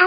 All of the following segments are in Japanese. ア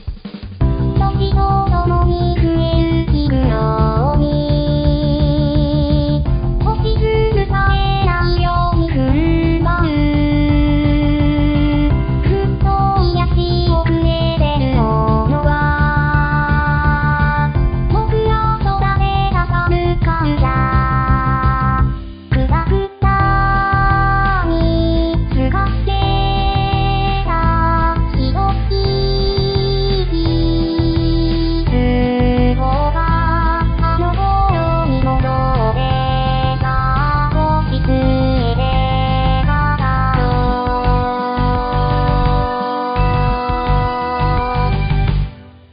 時とともに増える日のように星しずつえないように振る舞うふっと癒し遅れてるものは僕ら空で挟む感謝くたくたに過ごしてたひどい日々があの頃に戻ってた星つえで語ろう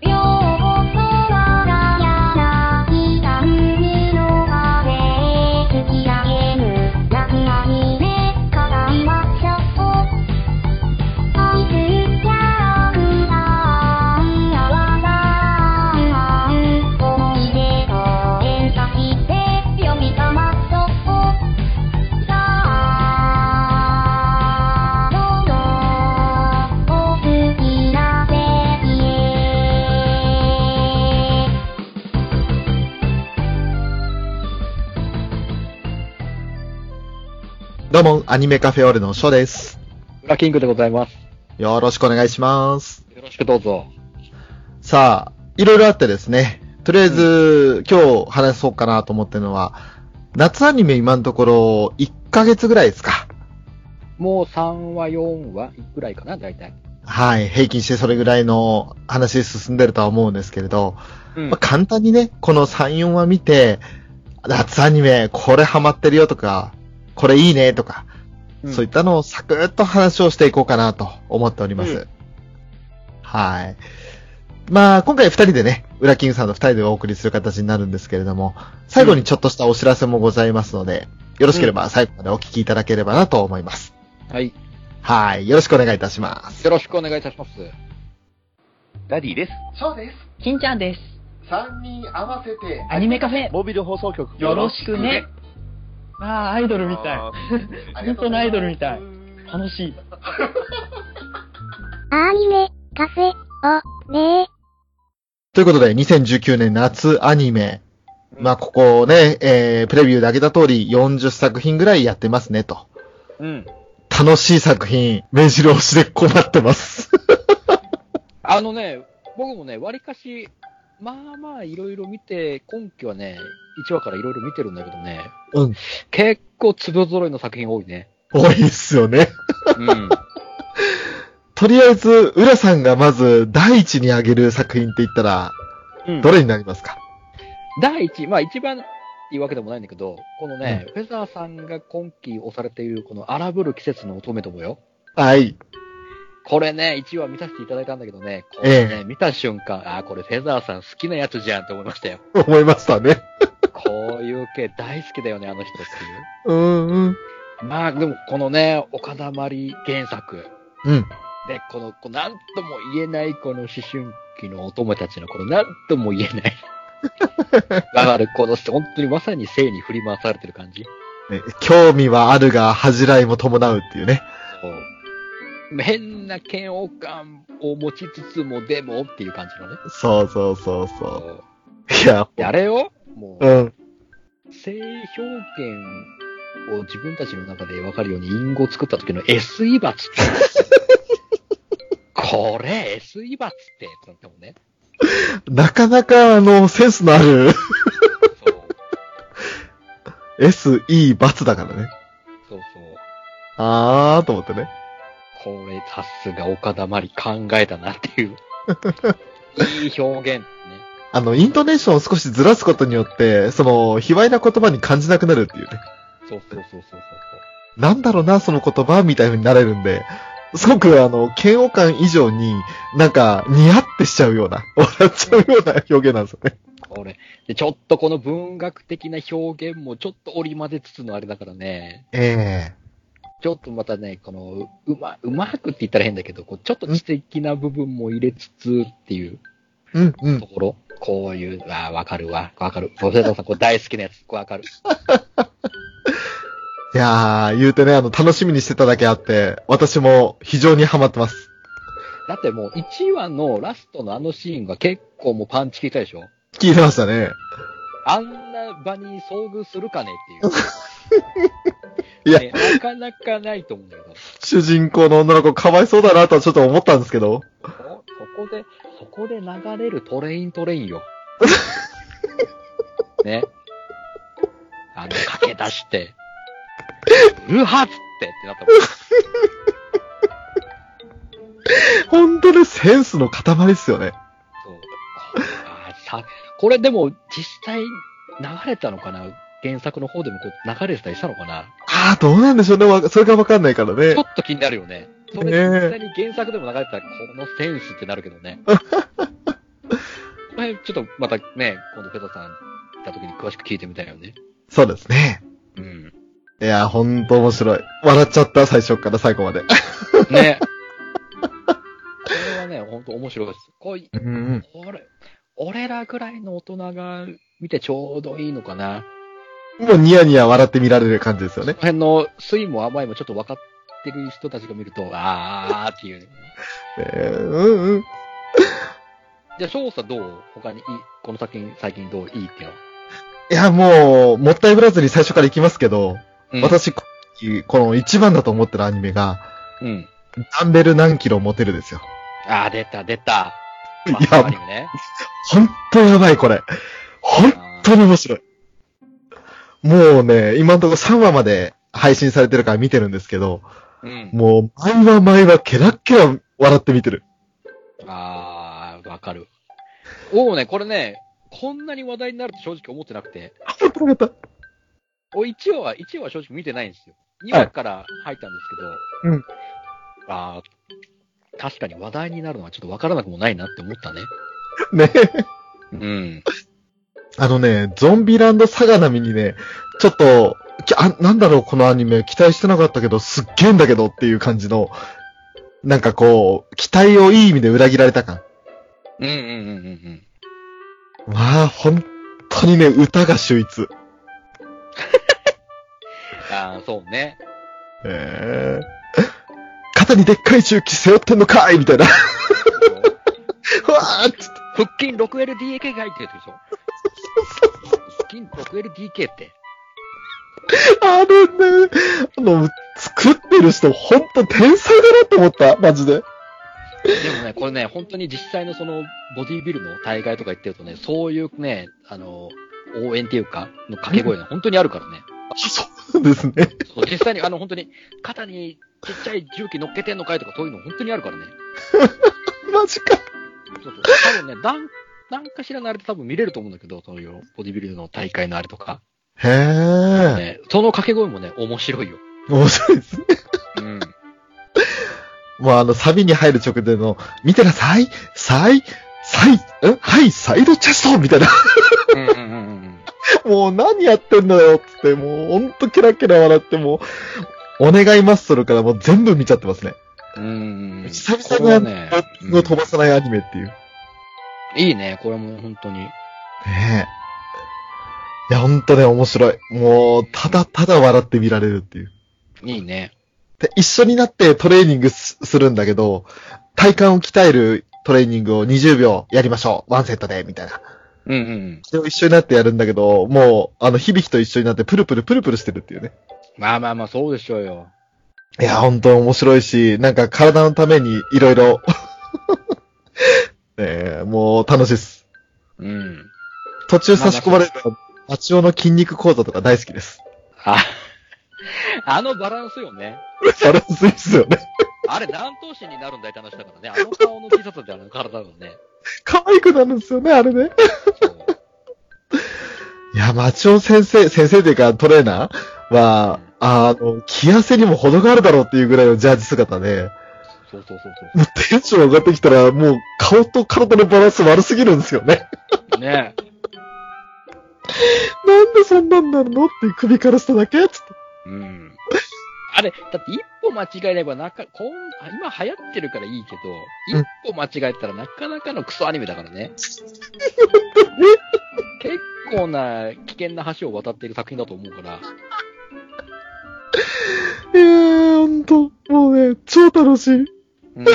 両方空が柳田海の風へ突き上げる夏アニメからいましょう愛するキャラクターあわが思い出と連鎖して呼び覚まそうさあどうぞお好きな席へどうも、アニメカフェオレのショです。ラキングでございます。よろしくお願いします。よろしくどうぞ。さあ、いろいろあってですね、とりあえず、今日話そうかなと思ってるのは、夏アニメ今のところ1ヶ月ぐらいですか。もう3話、4話ぐらいかな、大体。はい、平均してそれぐらいの話進んでるとは思うんですけれど、うんまあ、簡単にね、この3、4話見て、夏アニメ、これハマってるよとか、これいいねとか、そういったのをサクッと話をしていこうかなと思っております。うんはい。まあ、今回二人でね、ウラキングさんと二人でお送りする形になるんですけれども、最後にちょっとしたお知らせもございますので、よろしければ最後までお聞きいただければなと思います。はい。はい。よろしくお願いいたします。よろしくお願いいたします。ダディです。そうです。金ちゃんです。 3人合わせて、アニメカフェ、モビル放送局。よろしくね。。ああ、アイドルみた い。本当のアイドルみたい。楽しい。アニメカフェをねということで、2019年夏アニメ。まあ、ここね、えー、プレビューだけだ通り40作品ぐらいやってますね、と。うん。楽しい作品、目白押しで困ってます。 あのね、僕もね、わりかし、まあまあいろいろ見て、今期はね、1話からいろいろ見てるんだけどね、うん。結構粒揃いの作品多いね。多いっすよね。うん。とりあえず、浦さんがまず第一に挙げる作品って言ったら、うんどれになりますか、第一、まあ一番いいわけでもないんだけど、このね、フェザーさんが今期押されている、この荒ぶる季節の乙女どもよ。はい。これね、1話見させていただいたんだけどね、これね、え見た瞬間、あー、これフェザーさん好きなやつじゃんって思いましたよ。思いましたね。こういう系大好きだよね、あの人ってういんうん。う。まあ、でもこのね、岡田まり原作。うん。で、この、こうなんとも言えない、この思春期のお友たちの、このなんとも言えない。わかる、この、本当にまさに性に振り回されてる感じ。ね興味はあるが、恥じらいも伴うっていうね。そう。変な嫌悪感を持ちつつも、でもっていう感じのね。そうそうそうそ。そういや、う。やれよもう。うん。性表現を自分たちの中で分かるように隠語を作った時の SE 罰って。これ SE 罰ってってなったもんね。なかなか、あの、センスのある そう。 SE 罰だからね。そうそう。あーと思ってね。これさすが岡田まり考えたなって いう。いい表現ね。あの、イントネーションを少しずらすことによって、その、卑猥な言葉に感じなくなるっていうね。そうそうそうそうそう。なんだろうな、その言葉みたいになれるんで、すごくあの、嫌悪感以上に、なんか、ニヤってしちゃうような、 笑っち ゃうような表現なんですよね。これ。で、ちょっとこの文学的な表現もちょっと織り交ぜつつのあれだからね。ええちょっとまたね、この、うま、うまくって言ったら変だけど、こうちょっと知的な部分も入れつつっていううん、うんと。ころ。こういう、ああ、わかるわ。わかる。そうせいさん、こう大好きなやつ。こうわかる。いやー、言うてね、あの、楽しみにしてただけあって、私も非常にハマってます。だってもう、1話のラストのあのシーンが結構もうパンチ効いたでしょ聞いてましたね。あんな場に遭遇するかねっていいう。やね、なかなかないと思うんだけど。主人公の女の子かわいそうだなとはちょっと思ったんですけど。そそこで、そこで流れるトレイントレイ ンよ。ね。あの、駆け出して、うはっつってってなったもん。本当にセンスの塊ですよね。そう。こあさこれでも、実際、流れたのかな原作の方でもこう流れてたりしたのかなあー、どうなんでしょうね。わそれがわかんないからねちょ。っと気になるよね。それ、ねえ実際に原作でも流れてたら、このセンスってなるけ どね。前、ちょっとまたね、今度ペタさん来た時に詳しく聞いてみたいよね。そうですね。うん。いやー、ほんと面白い。笑っちゃった、最初から最後まで。 ね。これはね、ほんと面白いです。こういうん。俺、俺らぐらいの大人が見てちょうどいいのかな。もうニヤニヤ笑って見られる感じですよねこ。の辺の酸いも甘いもちょっと分かってる人たちが見ると、あーって いう。えーうんうん。じゃあ、翔さんどう他にいい、この作品最近どういいってよ。いや、もう、もったいぶらずに最初から行きますけど、うん、私、この一番だと思ってるアニメが、うん。ダンベル何キロ持てるですよ。あー、出た、出た。いやマスターアニメね。ほんとやばい、これ。ほんあーとに面白い。もうね、今のところ3話まで配信されてるから見てるんですけど、うん。もう、毎話毎話、ケラッケラ笑って見てる。あー、わかる。おうね、これね、こんなに話題になると正直思ってなくて。ほんとよかっ俺1話は、1話は正直見てないんですよ。2話から入ったんですけど。うん。あー、確かに話題になるのはちょっとわからなくもないなって思ったね。た。ね。うん。あのね、ゾンビランドサガ並みにね、ちょっと、きあ、なんだろう、このアニメ、期待してなかったけど、すっげえんだけどっていう感じの、なんかこう、期待をいい意味で裏切られた感。うんうんうんうんうん。まあ、本当にね、歌が秀逸。ああ、そうね。 ええ肩にでっかい重機背負ってんのかいみたいな。 わーっつって。腹筋 6LDK が入ってるでしょ腹筋 6LDK って。あのね、あの、作ってる人、ほんと天才だなって思った、マジで。でもね、これね、本当に実際のその、ボディビルの大会とか行ってるとね、そういうね、あの、応援っていうか、の掛け声が本当にあるからね。そうなんですね。そう実際に、あの、本当に、肩にちっちゃい重機乗っけてんのかいとか、そういうの本当にあるからね。マジか。そうそう。多 分ね、なん、なんかしらのあれで多分見れると思うんだけど、そういうボディビルの大会のあれとか。へえ、ね、その掛け声もね、面白いよ。面白いですね。うん。もうあの、サビに入る直前の、見てなさい、サイ、サイ、んはい、サイドチェストみたいな。 うんうんうんうん。もう何やってんのよっつって、もうほんとキラキラ笑って、もう、お願いマッスルからもう全部見ちゃってますね。うん。久こ々れのねバッティングを飛ばさないアニメっていう。いいね、これも本当に。ねえ。いや、ほんとね、面白い。もう、ただただ笑って見られるっていう。いいね。で、一緒になってトレーニングすするんだけど、体幹を鍛えるトレーニングを20秒やりましょう。ワンセットで、みたいな。うんうん。それを一緒になってやるんだけど、もう、あの、響きと一緒になってプルプルプルプルしてるっていうね。まあまあまあ、そうでしょうよ。いや、ほんと面白いし、なんか体のためにいろいろ。 ねえ、もう楽しいです。うん。途中差し込まれる、マチオの筋肉講座とか大好きです。あ、 あのバランスよね。バランスいいっすよね。あれ、乱闘士になるんだいって話だからね。あの顔の T シャツであの体だもんね。可愛くなるんですよね、あれね。そういや、マチオ先生、先生というかトレーナーは、あの、気痩せにも程があるだろうっていうぐらいのジャージ姿で、そうそうそうもうテンション上がってきたら、もう顔と体のバランス悪すぎるんですよね。そう。ねなんでそんなんなるのっていう首から下だけつって。うん。あれ、だって一歩間違えればなか、こん、あ今流行ってるからいいけど、一歩間違えたらなかなかのクソアニメだからね。結構な危険な橋を渡っている作品だと思うから、えー、ほんと、もうね、超楽しい。うん、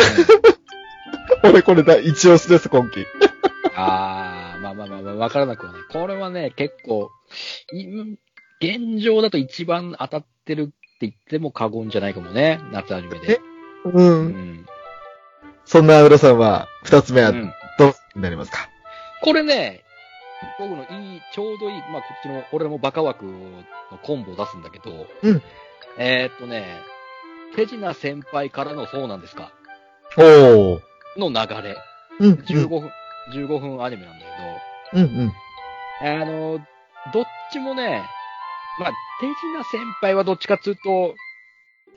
俺これだ、一押しです、今季。あー、まあまあまあまあ、わからなくはない。これはね、結構、い現状だと一番当たってるって言っても過言じゃないかもね、夏アニメで。う。うんん。そんな浦さんは、二つ目うは、んどうなりますか、これね、僕のいい、ちょうどいい、まあ、こっちの、俺もバカ枠のコンボを出すんだけど、うんえーっとね、手品先輩からのそうなんですかおー。の流れ。うん、うん。 15分、15分アニメなんだうん、うん。けど、あの、どっちもね、まあ、手品先輩はどっちかっつうと、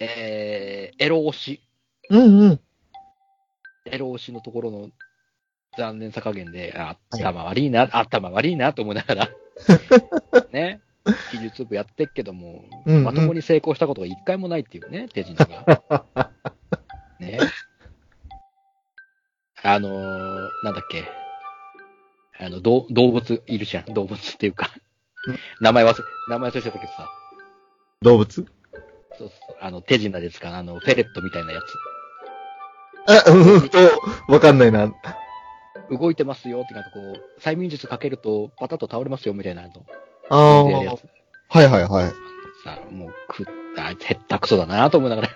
えー、エロ推し、うん、うん。エロ推しのところの残念さ加減で、あはい頭悪いな、頭悪いなと思いな がら、ね、技術部やってっけども、うんうんまともに成功したことが一回もないっていうね、手品が。 ね。あのーなんだっけ。あの、どう動物いるじゃん。動物っていうかうん。名前忘れ、名前忘れちゃったけどさ。動物そうそうあの、手品ですかあの、ペレットみたいなやつ。あ、うんと、わかんないな。動いてますよってなんかこう、催眠術かけると、パタッと倒れますよみたいなの。あでやるやーつ。はいはいはい。さあ、もう食った、あいつへったくそだなと思いながら。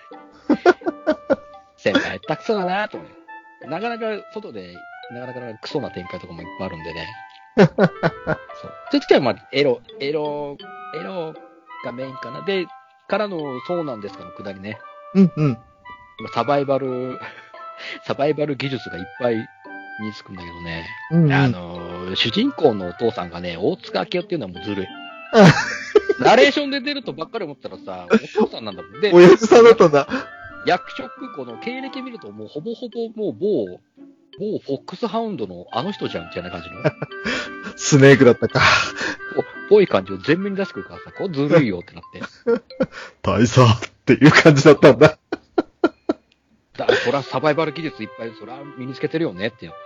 先輩へったくそだなと思う。なかなか外で、なかなかなクソな展開とかもいっぱいある んでね。そう。そういう時はまあ、エロ、エロ、エロがメインかな。で、からの、そうなんですかの下りね。うん、うん。今サバイバル、サバイバル技術がいっぱい身につくんだけどね。うん、うん。あのー、主人公のお父さんがね、大塚明夫っていうのはもうずるいあ。 ナレーションで出るとばっかり思ったらさ、お父さんなんだもん。で、親父さんだったんだ。役職、この経歴見るともうほぼほぼもう某、某フォックスハウンドのあの人じゃんみたいな感じの、 スネークだったか。ぽぽい感じを前面に出してくるからさ、こうずるいよってなって。大佐っていう感じだったんだ。だから、そらサバイバル技術いっぱい、そら身につけてるよねって言って。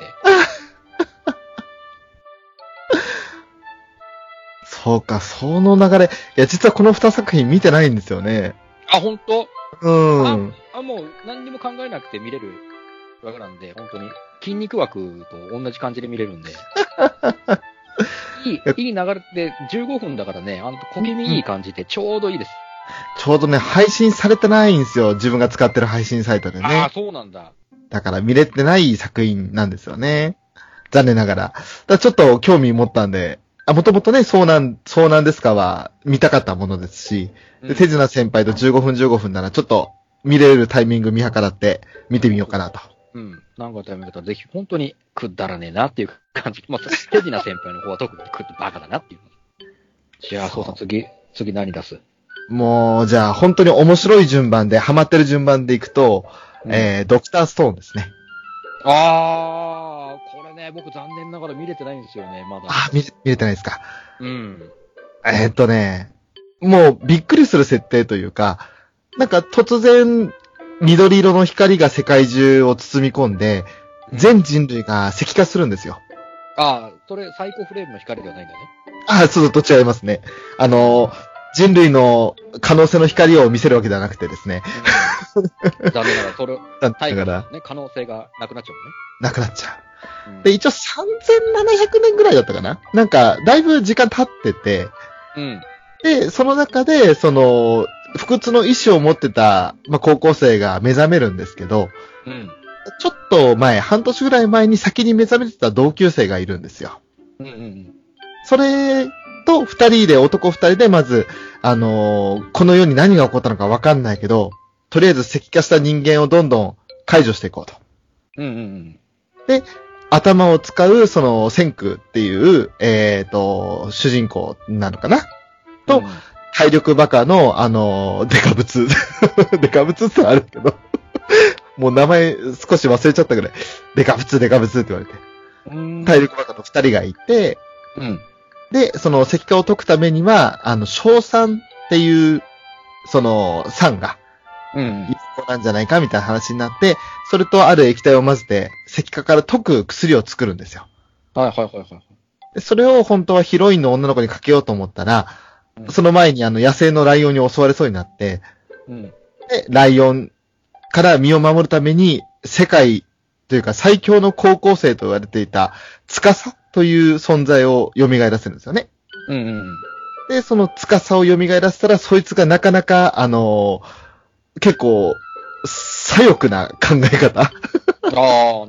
そうか、その流れ。いや、実はこの二作品見てないんですよね。あ、本当うん。あ、もう何にも考えなくて見れる枠なんで、本当に。筋肉枠と同じ感じで見れ るんで。いい、いい流れで15分だからね、あの、小気味いい感じでちょうどいいです。ちょうどね、配信されてないんですよ。自分が使ってる配信サイトでああ、ね。そうなんだ。だから見れてない作品なんですよね。残念ながら。だからちょっと興味持ったんで、あ、もともとね、そうなん、そうなんですかは見たかったものですし、うんで手品先輩と15分15分ならちょっと見れるタイミング見計らって見てみようかなと。うん。何回タイミングだったらぜひ本当にくだらねえなっていう感じ。まあ、手品先輩の方は特にくバカだなっていう。じゃあ、そうさん次、次何出すもう、じゃあ、本当に面白い順番で、ハマってる順番でいくと、えー、ドクターストーンですね。ああ、これね、僕残念ながら見れてないんですよね、まだ。あ、見れ、見れてないですか。うん。えーっとね、もうびっくりする設定というか、なんか突然、緑色の光が世界中を包み込んで、全人類が石化するんですよ。ああ、それ、サイコフレームの光ではないんだね。あ、そうと違いますね。あの、人類の可能性の光を見せるわけではなくてですね。残念ながら、それ、だか大ら、ね、可能性がなくなっちゃなくなっちゃう。うもんで、ね。一応3700年ぐらいだったかななんか、だいぶ時間経ってて、うん。うん。で、その中で、その、不屈の意志を持ってた、まあ、高校生が目覚めるんですけど、うん。ちょっと前、半年ぐらい前に先に目覚めてた同級生がいるんですよ。うんうん。それと二人で、男二人で、まず、あのーこの世に何が起こったのかわかんないけど、とりあえず石化した人間をどんどん解除していこうと。うんうん頭を使う、その、千空っていう、えっ、と、主人公なのかなとうん体力バカの、あのー、デカブツ。 デカブツってのあるけど。 もう名前少し忘れちゃったぐらい。デカブツ、デカブツって言われて。うん。体力バカと二人がいて、うん。で、その石化を解くためには、あの、小酸っていう、その、酸が、うん。いい子なんじゃないかみたいな話になって、それとある液体を混ぜて、石化から溶く薬を作るんですよ。はいはいはいはい。でそれを本当はヒロインの女の子にかけようと思ったら、うんその前にあの野生のライオンに襲われそうになって、うん。で、ライオンから身を守るために、世界というか最強の高校生と言われていた、司という存在を蘇らせるんですよね。うんうん。で、その司を蘇らせたら、そいつがなかなか、あのー結構、左翼な考え方 ああ、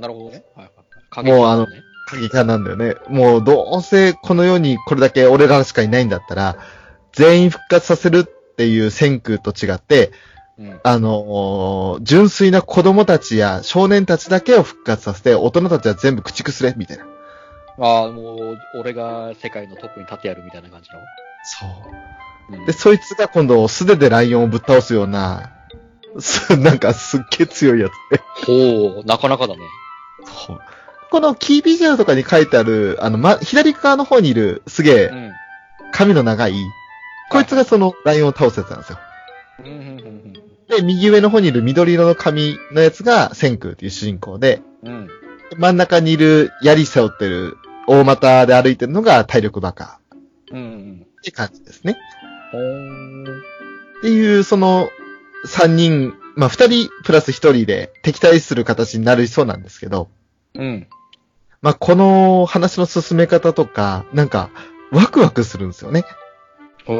なるほどね。はいはい。もうあのね。鍵化なんだよね。もう、どうせこの世にこれだけ俺らしかいないんだったら、全員復活させるっていう先空と違って、うん。あのー純粋な子供たちや少年たちだけを復活させて、大人たちは全部駆逐すれ、みたいな。ああ、もう、俺が世界のトップに立ってやるみたいな感じそう。の。うんで、そいつが今度素手でライオンをぶっ倒すような、 すなんかすっげえ強いやつで。ほう、なかなかだね。そう。このキービジュアルとかに書いてある、あの、ま、左側の方にいる、すげうえ、ん。髪の長い、こいつがそのライオンを倒すやつなんですよ。うんうんうんで、右上の方にいる緑色の髪のやつが、千空っていう主人公で、うん。うん。真ん中にいる槍背負ってる、大股で歩いてるのが体力バカうんうん。って感じですね。ほう。っていう、その、三人、まあ、二人プラス一人で敵対する形になりそうなんですけど、うん。まあ、この話の進め方とか、なんか、ワクワクするんですよね。へ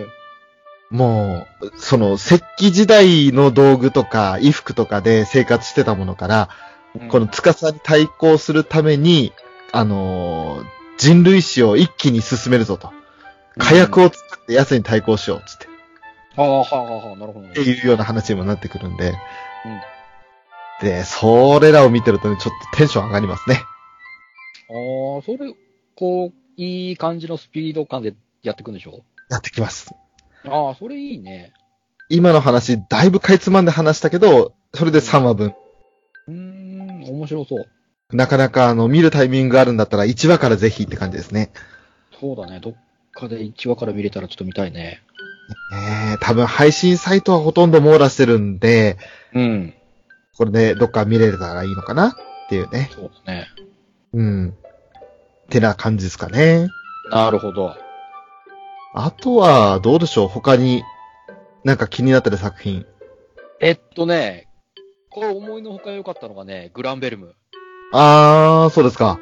え。もう、その、石器時代の道具とか、衣服とかで生活してたものから、この司に対抗するために、あのー人類史を一気に進めるぞと。火薬を作って奴に対抗しよう、つって。はあはあはあ、なるほど。っていうような話にもなってくるんで。うんで、それらを見てるとね、ちょっとテンション上がりますね。ああ、それ、こう、いい感じのスピード感でやっていくんでしょやってきます。ああ、それいいね。今の話、だいぶかいつまんで話したけど、それで3話分。うーん、面白そう。なかなか、あの、見るタイミングがあるんだったら、1話からぜひって感じですね。そうだね。どっかで1話から見れたらちょっと見たいね。えー、多分配信サイトはほとんど網羅してるんで、うん。これでどっか見れたらいいのかなっていうね。そうだね。うん。てな感じですかね。なるほど。あとは、どうでしょう他に、なんか気になってる作品。えっとね、これ思いのほか良かったのがね、グランベルム。あー、そうですか。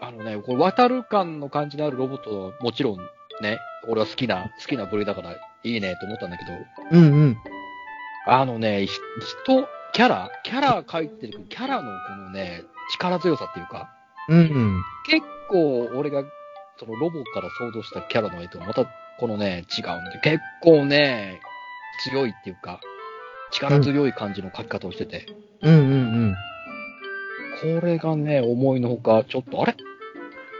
あのね、これ渡る感の感じのあるロボット、もちろんね、俺は好きな、好きな部類だからいいねと思ったんだけど、うんうん。あのね、ひ人、キャラ、キャラ書いてるキャラのこのね、力強さっていうか、うんうん。結構俺がそのロボから想像したキャラの絵とまたこのね、違うんで、結構ね、強いっていうか、力強い感じの描き方をしてて、うんうんこれがね、思いのほか、ちょっとあれ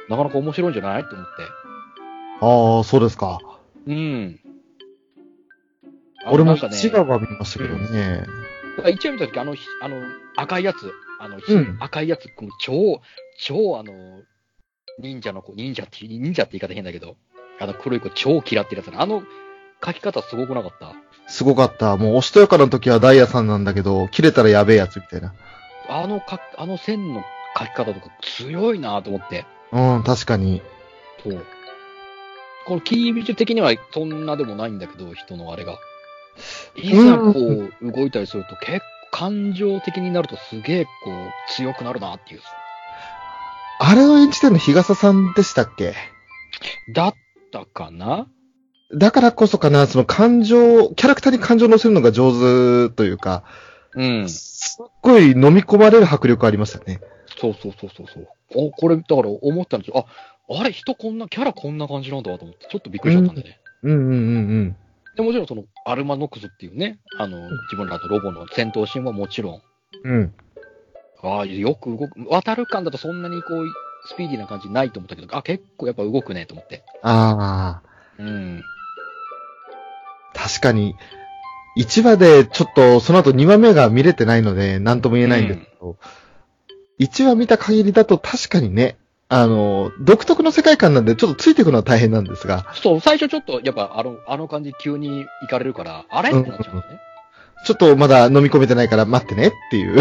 なかなか面白いんじゃないと思っうん。あー、そうですか。て。うん。あの俺もなんかね、 1話は見ましたけどね。一応見た時あの、ひあの、赤いやつ、あの、ひうん赤いやつ、この超、超あの、忍者の子、忍者って、忍者って言い方変だけど、あの黒い子超嫌ってるやつねあの、書き方すごくなかった。すごかった。もう、おしとやかの時はダイヤさんなんだけど、切れたらやべえやつみたいな。あのか、あの線の書き方とか強いなと思って。うん、確かに。そう。このキービジュ的にはそんなでもないんだけど、人のあれが。いざこう動いたりすると結構感情的になるとすげえこう強くなるなっていう。あれを演じてるの日傘さんでしたっけだったかなだからこそかな、その感情、キャラクターに感情を乗せるのが上手というか、うん。すっごい飲み込まれる迫力ありましたね。そうそうそうそうそう。お、これ、だから思ったんですよ。あ、あれ、人こんな、キャラこんな感じなんだと思って、ちょっとびっくりしちゃったんでね。うんうんうんうん。で、もちろんその、アルマノックスっていうね、あの、自分らとロボの戦闘シーンはもちろん、うん。ああ、よく動く、渡る感だとそんなにこう、スピーディーな感じないと思ったけど、あ、結構やっぱ動くねと思って。ああ、うん。確かに、1話でちょっとその後2話目が見れてないので、なんとも言えないんですけど、1話見た限りだと確かにね、あの、独特の世界観なんでちょっとついていくのは大変なんですが、そう、最初ちょっと、やっぱあの、あの感じ急に行かれるから、あれってなっちゃうんだよね。ちょっとまだ飲み込めてないから待ってねっていう、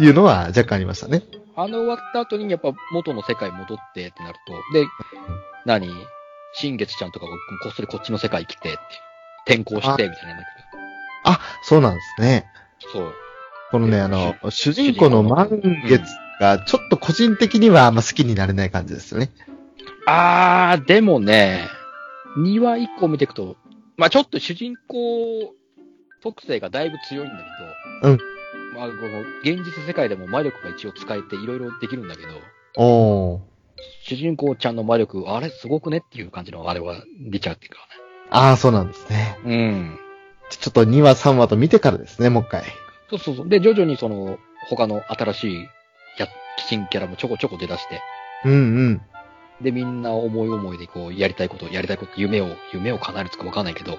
いうのは若干ありましたね。あの終わった後にやっぱ元の世界戻ってってなると、で、何新月ちゃんとかがこっそりこっちの世界来てって、転校してみたいな。あ、そうなんですね。そう。このね、えーあの、主人公の満月が、ちょっと個人的にはあんま好きになれない感じですよね。あー、でもね、2話以降見ていくと、まあちょっと主人公特性がだいぶ強いんだけど、うん。まあこの現実世界でも魔力が一応使えていろいろできるんだけど、おー。主人公ちゃんの魔力、あれすごくねっていう感じのあれは出ちゃうっていうかああ、そうなんですね。ね。うん。ちょっと2話3話と見てからですね、もう一回。そうそうそう。で、徐々にその、他の新しいや、新キャラもちょこちょこ出だして、うんうん。で、みんな思い思いでこう、やりたいこと、やりたいこと、夢を、夢を叶えるつかわかんないけど、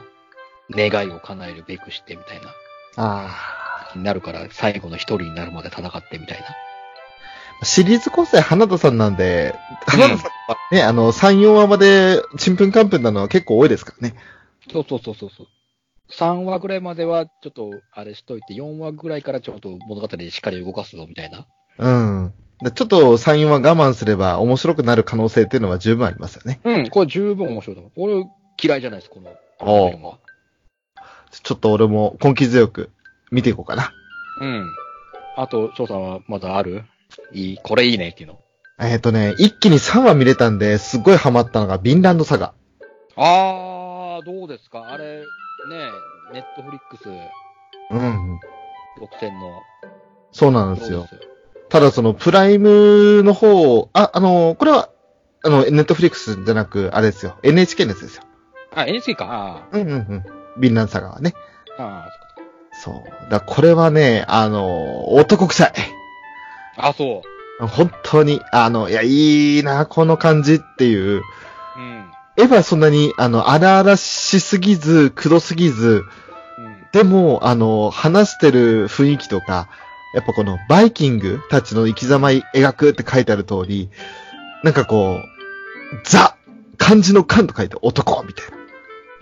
願いを叶えるべくしてみたいな、あになるから、最後の一人になるまで戦ってみたいな。あ。シリーズ構成花田さんなんで、花田さんはね、あの、3、4話まで、ちんぷんかんぷんなのは結構多いですからね。そうそうそうそうそう。3話ぐらいまでは、ちょっと、あれしといて、4話ぐらいからちょっと物語でしっかり動かすぞ、みたいな。うん。でちょっと3、4話我慢すれば面白くなる可能性っていうのは十分ありますよね。うん、これ十分面白いと思う。俺、嫌いじゃないです、この、おうこのはちょっと俺も根気強く見ていこうかな。うん。あと、翔さんはまだあるいい、これいいねっていうの。えっ、とね、一気に3話見れたんで、すごいハマったのが、ビンランドサガ。あー、どうですかあれ、ねネットフリックスうん。 6000の。そうなんですどうよ。ただその、プライムの方、あ、あの、これは、あの、ネットフリックスじゃなく、あれですよ。NHK のやつですよ。あ、NHK か。うあんうんうん。ビンランドサガはね。ーあそう。だからこれはね、あの、男臭い。ー、あそ本当に、あの、いや、いいな、この感じっていう。う。うん。エヴァそんなに、あの、荒々しすぎず、くどすぎず、うん。でも、あの、話してる雰囲気とか、やっぱこのバイキングたちの生き様描くって書いてある通り、なんかこう、ザ漢字の漢と書いて男みたい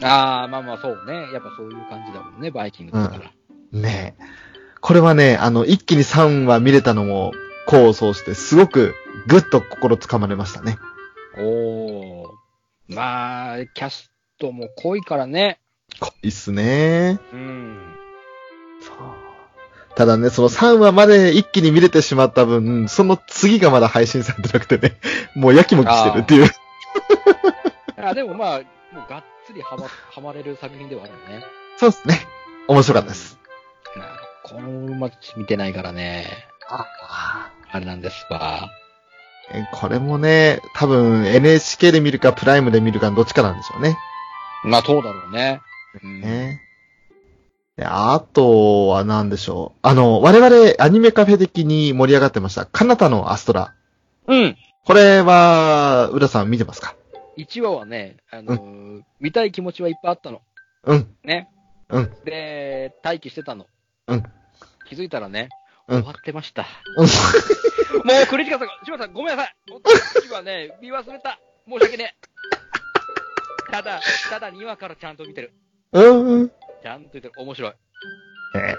あー、まあまあそうね。やっぱそういう感じだもんね、バイキングだから。な。ねえ。これはね、あの、一気に3話見れたのも、功を奏して、すごく、ぐっと心つかまれましたね。おー。まあ、キャストも濃いからね。こいいっすね。うん。そう。ただね、その3話まで一気に見れてしまった分、その次がまだ配信されてなくてね、 もうやきもきしてるっていう。あでもまあ、もうがっつりはま、はまれる作品ではあるよね。そうですね。面白かったです。なこのマッチ見てないからね。あれなんですわ。えこれもね、多分 NHK で見るかプライムで見るかどっちかなんでしょうね。まあ、そうだろうね。うんねであとは何でしょう。あの、我々アニメカフェ的に盛り上がってました。カナタのアストラ。うん。これは、浦さん見てますか1話はね、あのー見たい気持ちはいっぱいあったの。うん。ね。うん。で、待機してたの。うん。気づいたらね、うん終わってました。うん もう、クリティカさん、柴田さん、ごめんなさい。1話ね、 見忘れた。申し訳ねえ。ただ、ただ2話からちゃんと見てる。うん。ちゃんと見てる。面白い。ね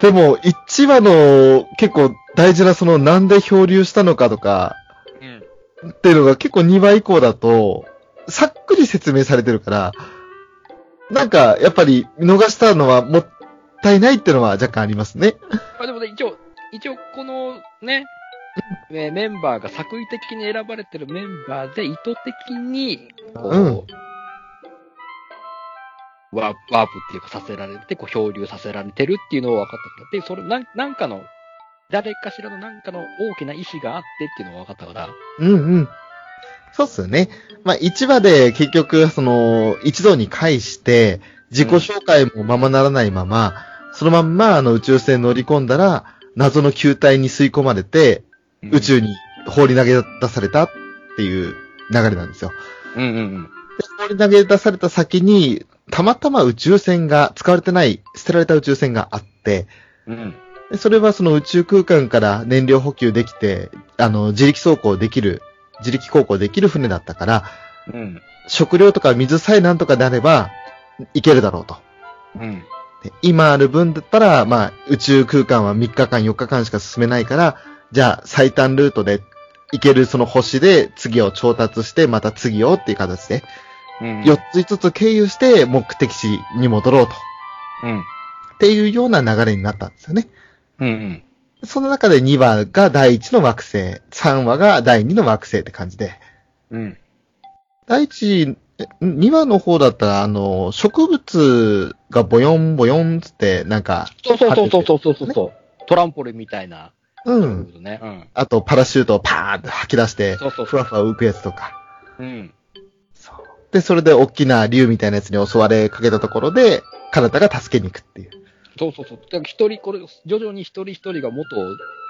でも、1話の結構大事なそのなんで漂流したのかとか、うん。っていうのが結構2話以降だと、さっくり説明されてるから、なんか、やっぱり見逃したのはもったいないっていうのは若干ありますね。まあでもね、一応、一応このね、えーメンバーが作為的に選ばれてるメンバーで意図的に、こう、うんワープワープっていうかさせられて、こう漂流させられてるっていうのは分かったから。で、それ、なんなんかの、誰かしらのなんかの大きな意志があってっていうのは分かったから。うんうん。そうっすよね。まあ、1話で結局、その、一度に返して、自己紹介もままならないまま、そのまんま、あの、宇宙船乗り込んだら、謎の球体に吸い込まれて、宇宙に放り投げ出されたっていう流れなんですよ。うんうんうん。で放り投げ出された先に、たまたま宇宙船が、使われてない、捨てられた宇宙船があって、うん。でそれはその宇宙空間から燃料補給できて、あの、自力走行できる、自力航行できる船だったから、うん。食料とか水さえなんとかなれば、いけるだろうと。うん。で今ある分だったら、まあ、宇宙空間は3日間、4日間しか進めないから、じゃあ最短ルートで行けるその星で次を調達して、また次をっていう形で、うん4つ5つ経由して目的地に戻ろうと。うん。っていうような流れになったんですよね。うんうん。その中で2話が第1の惑星、3話が第2の惑星って感じで。うん。第1、え2話の方だったら、あの、植物がボヨンボヨンつって、なんか、そうそうそうそうそうそうそう、トランポリンみたいな。う。そういうんことね。うん。あと、パラシュートをパーンって吐き出して、そうそうふわふわ浮くやつとか。うん。で、それで大きな竜みたいなやつに襲われかけたところで、体が助けに行くっていう。そうそうそう。だから一人、これ、徐々に一人一人が元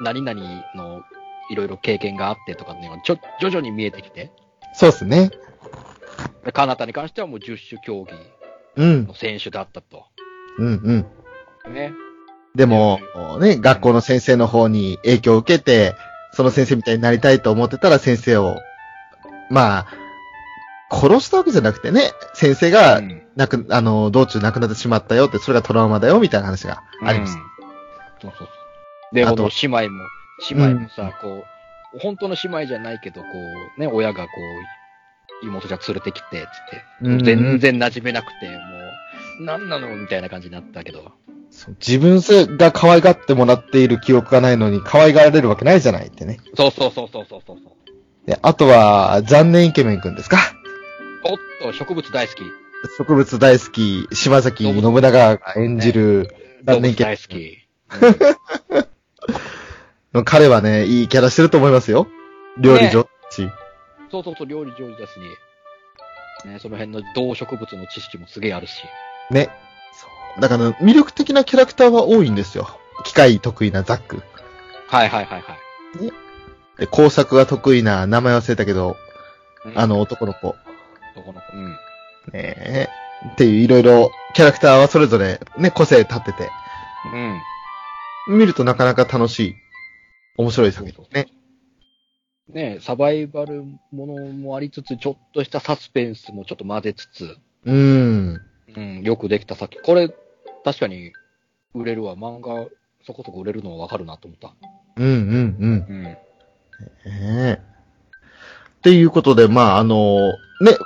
何々のいろいろ経験があってとかっていうのがちょ、徐々に見えてきて。そうですね。でカナタに関してはもう十種競技うん、の選手だったと。うん、うん。ね。でも、ね、学校の先生の方に影響を受けて、その先生みたいになりたいと思ってたら先生を、まあ、殺したわけじゃなくてね、先生がうん亡く、あの、道中亡くなってしまったよって、それがトラウマだよみたいな話があります。うんそうそうそう。で、あことの姉妹も、姉妹もさ、こう、本当の姉妹じゃないけど、こう、ね、親がこう、妹ちゃん連れてきて、つうっんて、全然馴染めなくて、もう、なんなのみたいな感じになったけど。そう自分が可愛がってもらっている記憶がないのに、可愛がられるわけないじゃないってね。そうそうそうそうそうそう。で、あとは、残念イケメンくんですかおっと、植物大好き。植物大好き、島崎信長が演じる、動残念物イケメ大ン好き。彼はね、いいキャラしてると思いますよ。料理上手、そうそうそう、料理上手だし、ね、その辺の動植物の知識もすげえあるし。ね。だから、魅力的なキャラクターは多いんですよ。機械得意なザック。はいはいはいはい。で工作が得意な、名前忘れたけど、うんあ、の男の子。どこの子。うん。ねえ。っていう、いろいろ、キャラクターはそれぞれ、ね、個性立ってて、うん。見るとなかなか楽しい、面白い作品ですね。ねサバイバルものもありつつ、ちょっとしたサスペンスもちょっと混ぜつつ、うーん。うん、よくできた作品。これ、確かに売れるわ。漫画、そこそこ売れるのはわかるなと思った。うんうんうん。うん。ねえ。っていうことで、まあ、あの、ね、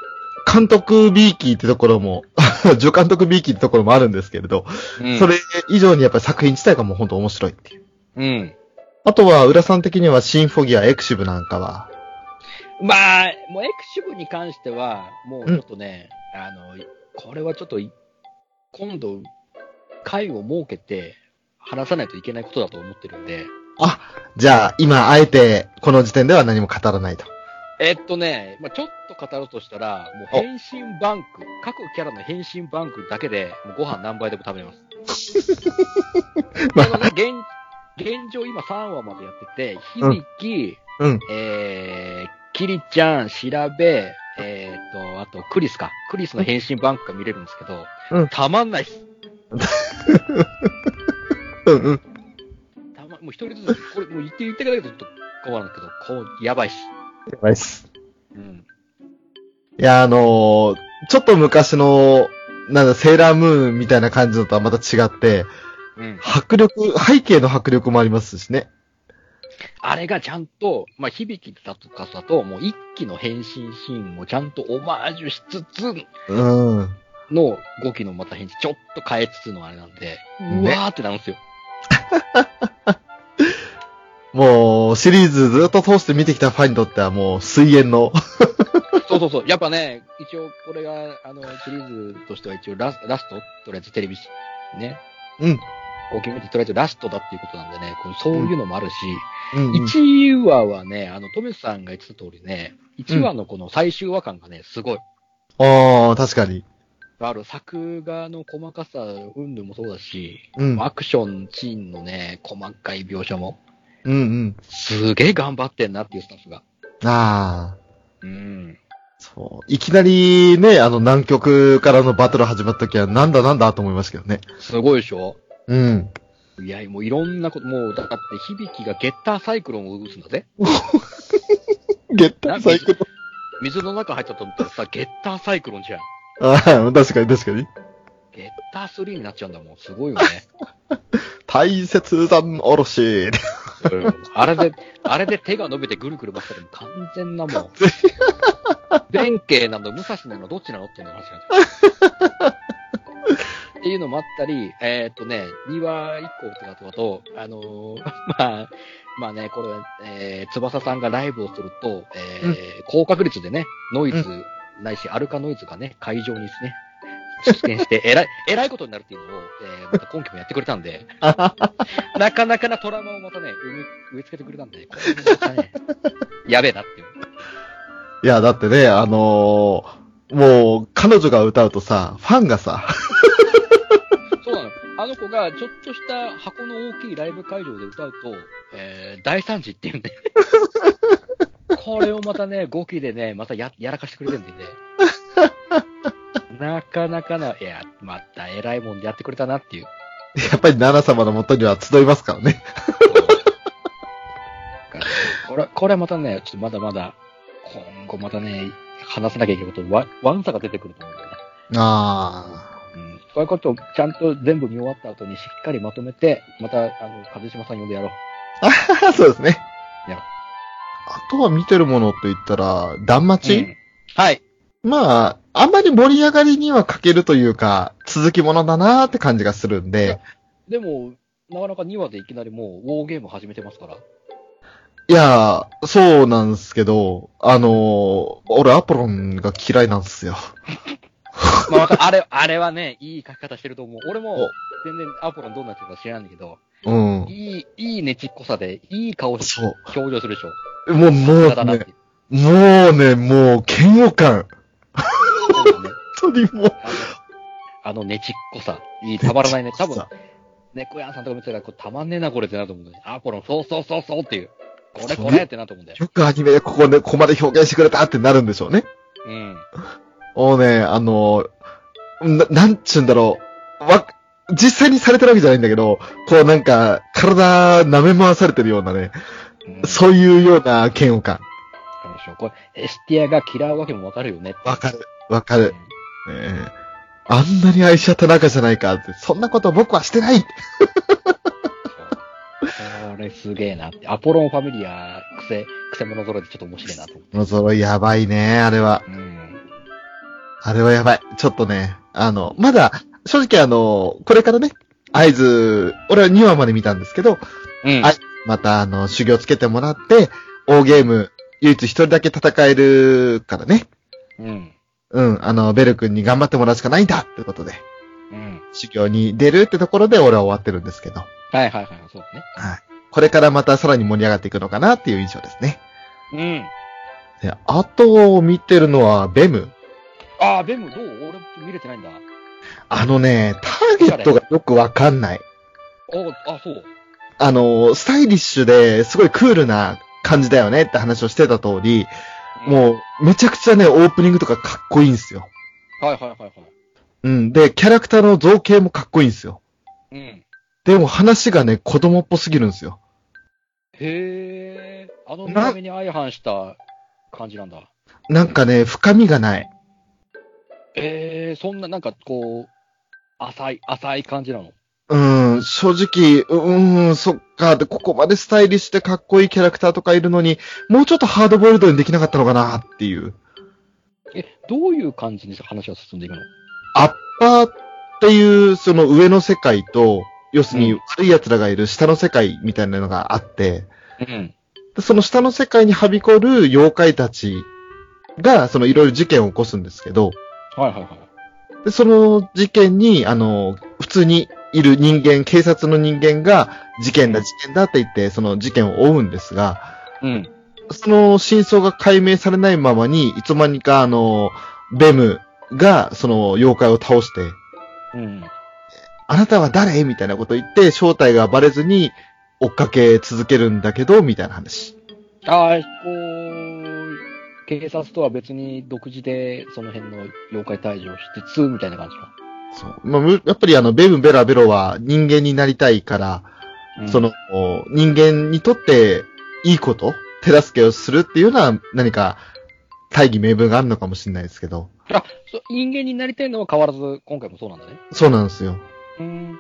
監督 B キーってところも、 助監督 B キーってところもあるんですけれど、うん、それ以上にやっぱり作品自体がもう本当面白いっていう。うん。あとは、浦さん的にはシンフォギア、エクシブなんかは、まあ、もうエクシブに関しては、もうちょっとね、あの、これはちょっとい、今度、会を設けて、話さないといけないことだと思ってるんで、じゃあ、今、あえて、この時点では何も語らないと。えっとね、まあ、ちょっと語ろうとしたら、もう変身バンク、各キャラの変身バンクだけで、もうご飯何杯でも食べれます。 まあのね、現、現状今3話までやってて、うん響き、うんえー、キリちゃん、調べ、えーと、あとクリスか。クリスの変身バンクが見れるんですけど、うんたまんないっす。うんうん。たま、もう一人ずつ、これもう言って言ってくれないとちょっと困るんですけど、こう、やばいっす。やばいっす。うん。いや、あのーちょっと昔の、なんだ、セーラームーンみたいな感じのとはまた違って、うん。迫力、背景の迫力もありますしね。あれがちゃんと、まあ、響きだとかだと、もう一期の変身シーンもちゃんとオマージュしつつうん。の5期のまた変身、ちょっと変えつつのあれなんで、うわーってなるんですよ。もう、シリーズずっと通して見てきたファンにとってはもう、水炎 の。そうそうそう。やっぱね、一応これが、あの、シリーズとしては一応ラスラストとりあえずテレビし、ね。うん。 5期目ってとりあえずラストだっていうことなんでね、こうそういうのもあるし、うんうん1話はね、あの、トメさんが言ってた通りね、1話のこの最終話感がね、すごい。ああ、確かに。ある作画の細かさ、うんぬんもそうだし、うん。アクション、シーンのね、細かい描写も、うんうん。すげえ頑張ってんなっていうスタッフが。ああ。うん。そう。いきなりね、あの南極からのバトル始まった時は、なんだなんだと思いますけどね。すごいでしょうん。いや、もういろんなこと、もうだって響きがゲッターサイクロンを打つんだぜ。ゲッターサイク水の中入っちゃったと思ったらさ、ゲッターサイクロンじゃん。ああ、確かに確かに。ゲッター3になっちゃうんだもん。すごいよね。大雪山おろし。 あれで、あれで手が伸びてぐるぐる回ったらもう完全なもう。弁慶なの、武蔵なの、どっちなのっていう話が。っていうのもあったり、えーっとね、庭一個とかとかと、あのーまあ、まあね、これ、えー翼さんがライブをすると、えーう高確率でね、ノイズうないし、アルカノイズがね、会場にですね、出現して、えらい、 えらいことになるっていうのを、えーまた今期もやってくれたんで、なかなかなトラウマをまたね、植え植え付けてくれたんで、これもまた ね、やべえなっていう。いや、だってね、あのーもう、彼女が歌うとさ、ファンがさ、 そうなの。あの子が、ちょっとした箱の大きいライブ会場で歌うと、えー、大惨事っていうんで。これをまたね、5期でね、またややらかしてくれてるんでね。なかなかな、いや、また偉いもんでやってくれたなっていう。やっぱり奈々様のもとには集いますからね。これ、これはまたね、ちょっとまだまだ、今後またね、話さなきゃいけないこと、わ、わんさが出てくると思うんだよね。あうん。そういうことをちゃんと全部見終わった後にしっかりまとめて、また、あの、風島さん呼んでやろう。あ。 そうですね。いやあとは見てるものと言ったら、断う末、んはい。まあ、あんまり盛り上がりには欠けるというか、続きものだなーって感じがするんで、でも、なかなか2話でいきなりもう、ウォーゲーム始めてますから。いやー、そうなんですけど、あのー俺アポロンが嫌いなんですよ。まあ、また、あれ、あれはね、いい書き方してると思う。俺お、も全然アポロンどうなってるか知らないんだけど、うん。いい、いいねちっこさで、いい顔し、そ表情するでしょ。う。もう、もう体だなってね、。もうね、もう、嫌悪感。そうだね本当にもう。あのあのねちっこさ。いい、たまらないね。 多分さ、猫やんさんとか見てたら、こうたまんねえな、これってなると思うんだよね。アポロン、そうそうそうそうっていう。これこれってなると思うんだよ。よくアニメでここね、ここまで表現してくれたってなるんでしょうね。うん。もうね、あのー、な、なんちゅうんだろう。わ、実際にされてるわけじゃないんだけど、こうなんか、体舐め回されてるようなね、うんそういうような嫌悪感。そうでしょこれ、エスティアが嫌うわけもわかるよねって。わかる。わかる。ねえあんなに愛し合った仲じゃないかって、そんなこと僕はしてないこれすげえなって。アポロンファミリア、癖、癖者揃いでちょっと面白いなと思って。もうそれやばいね、あれは。うん。あれはやばい。ちょっとね、あの、まだ、正直あの、これからね、合図、俺は2話まで見たんですけど、うんはいまたあの、修行つけてもらって、大ゲーム、唯一一人だけ戦えるからね。うん。うん、あの、ベル君に頑張ってもらうしかないんだってことで、うん。修行に出るってところで俺は終わってるんですけど、はいはいはい、そうこれからまたさらに盛り上がっていくのかなっていう印象ですね。ね。うん。で、あと見てるのは、ベム。ああ、ベムどう俺見れてないんだ。あのね、ターゲットがよくわかんない。おあ、そう。あの、スタイリッシュですごいクールな感じだよねって話をしてた通り、もう、めちゃくちゃね、オープニングとかかっこいいんですよ。うん。はいはいはいはい。うん。で、キャラクターの造形もかっこいいんですよ。うん。でも話がね、子供っぽすぎるんですよ。へえ。あの見なた目に相反した感じなんだ。なんかね、深みがない。ええ、そんななんかこう、浅い、浅い感じなの。うん、正直、うーん、そっか、で、ここまでスタイリッシュでかっこいいキャラクターとかいるのに、もうちょっとハードボイルドにできなかったのかなっていう。え、どういう感じに話が進んでいくのアッパーっていう、その上の世界と、要するにう悪い奴らがいる下の世界みたいなのがあって、うん。でその下の世界にはびこる妖怪たちが、そのいろいろ事件を起こすんですけど、はいはいはい。で、その事件に、あの、普通にいる人間、警察の人間が、事件だ、事件だって言って、その事件を追うんですが、うん。その真相が解明されないままに、いつまにか、あの、ベムが、その妖怪を倒して、うん。あなたは誰みたいなこと言って、正体がバレずに追っかけ続けるんだけど、みたいな話。ああ、こう、警察とは別に独自でその辺の妖怪退治をしつつ、みたいな感じか。そう。まあ、むやっぱりあの、ベムベラベロは人間になりたいから、うんその、人間にとっていいこと、手助けをするっていうのは何か大義名分があるのかもしれないですけど。あ、そう人間になりたいのは変わらず、今回もそうなんだね。そうなんですよ。うん。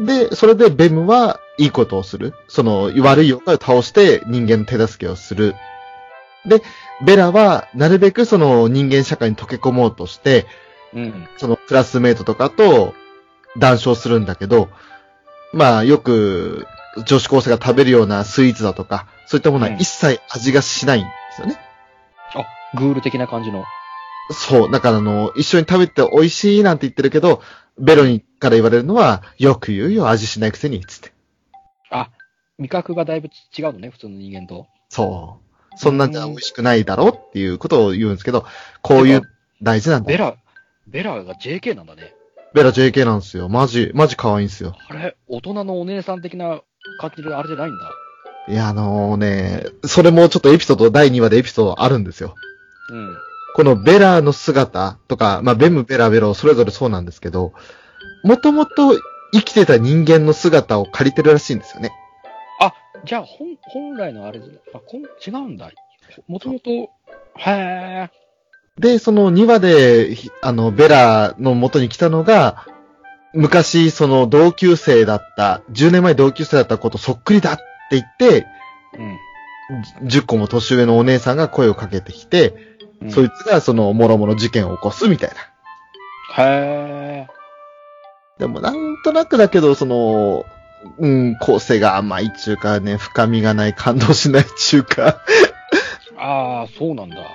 で、それでベムはいいことをする。その、悪い妖怪を倒して人間の手助けをする。で、ベラは、なるべくその人間社会に溶け込もうとして、うん。そのクラスメイトとかと談笑するんだけど、まあ、よく女子高生が食べるようなスイーツだとか、そういったものはうん一切味がしないんですよね。グール的な感じの。そう。だからあの、一緒に食べて美味しいなんて言ってるけど、ベロにから言われるのは、よく言うよ、味しないくせに、つって。あ、味覚がだいぶ違うのね、普通の人間と。そう。そんなんじゃ美味しくないだろうっていうことを言うんですけど、こういう大事なんだベよ。ラ、ベラが JK なんだね。ベラ JK なんですよ。マジ、マジ可愛いんですよ。あれ、大人のお姉さん的な感じであれじゃないんだ。いや、あのね、それもちょっとエピソード、第2話でエピソードあるんですよ。うん。このベラの姿とか、まあ、ベム、ベラ、ベロ、それぞれそうなんですけど、もともと生きてた人間の姿を借りてるらしいんですよね。じゃあ、本、本来のあれ、あ、こん違うんだ。もともと、へえ。で、その2話で、ひあの、ベラの元に来たのが、昔、その同級生だった、10年前同級生だった子とそっくりだって言って、うん。じ10個も年上のお姉さんが声をかけてきて、そいつがその、もろもろ事件を起こすみたいな。へえ。でもなんとなくだけど、その、うん、構成が甘い中かね、深みがない、感動しない中か、 ああ、そうなんだ。なんか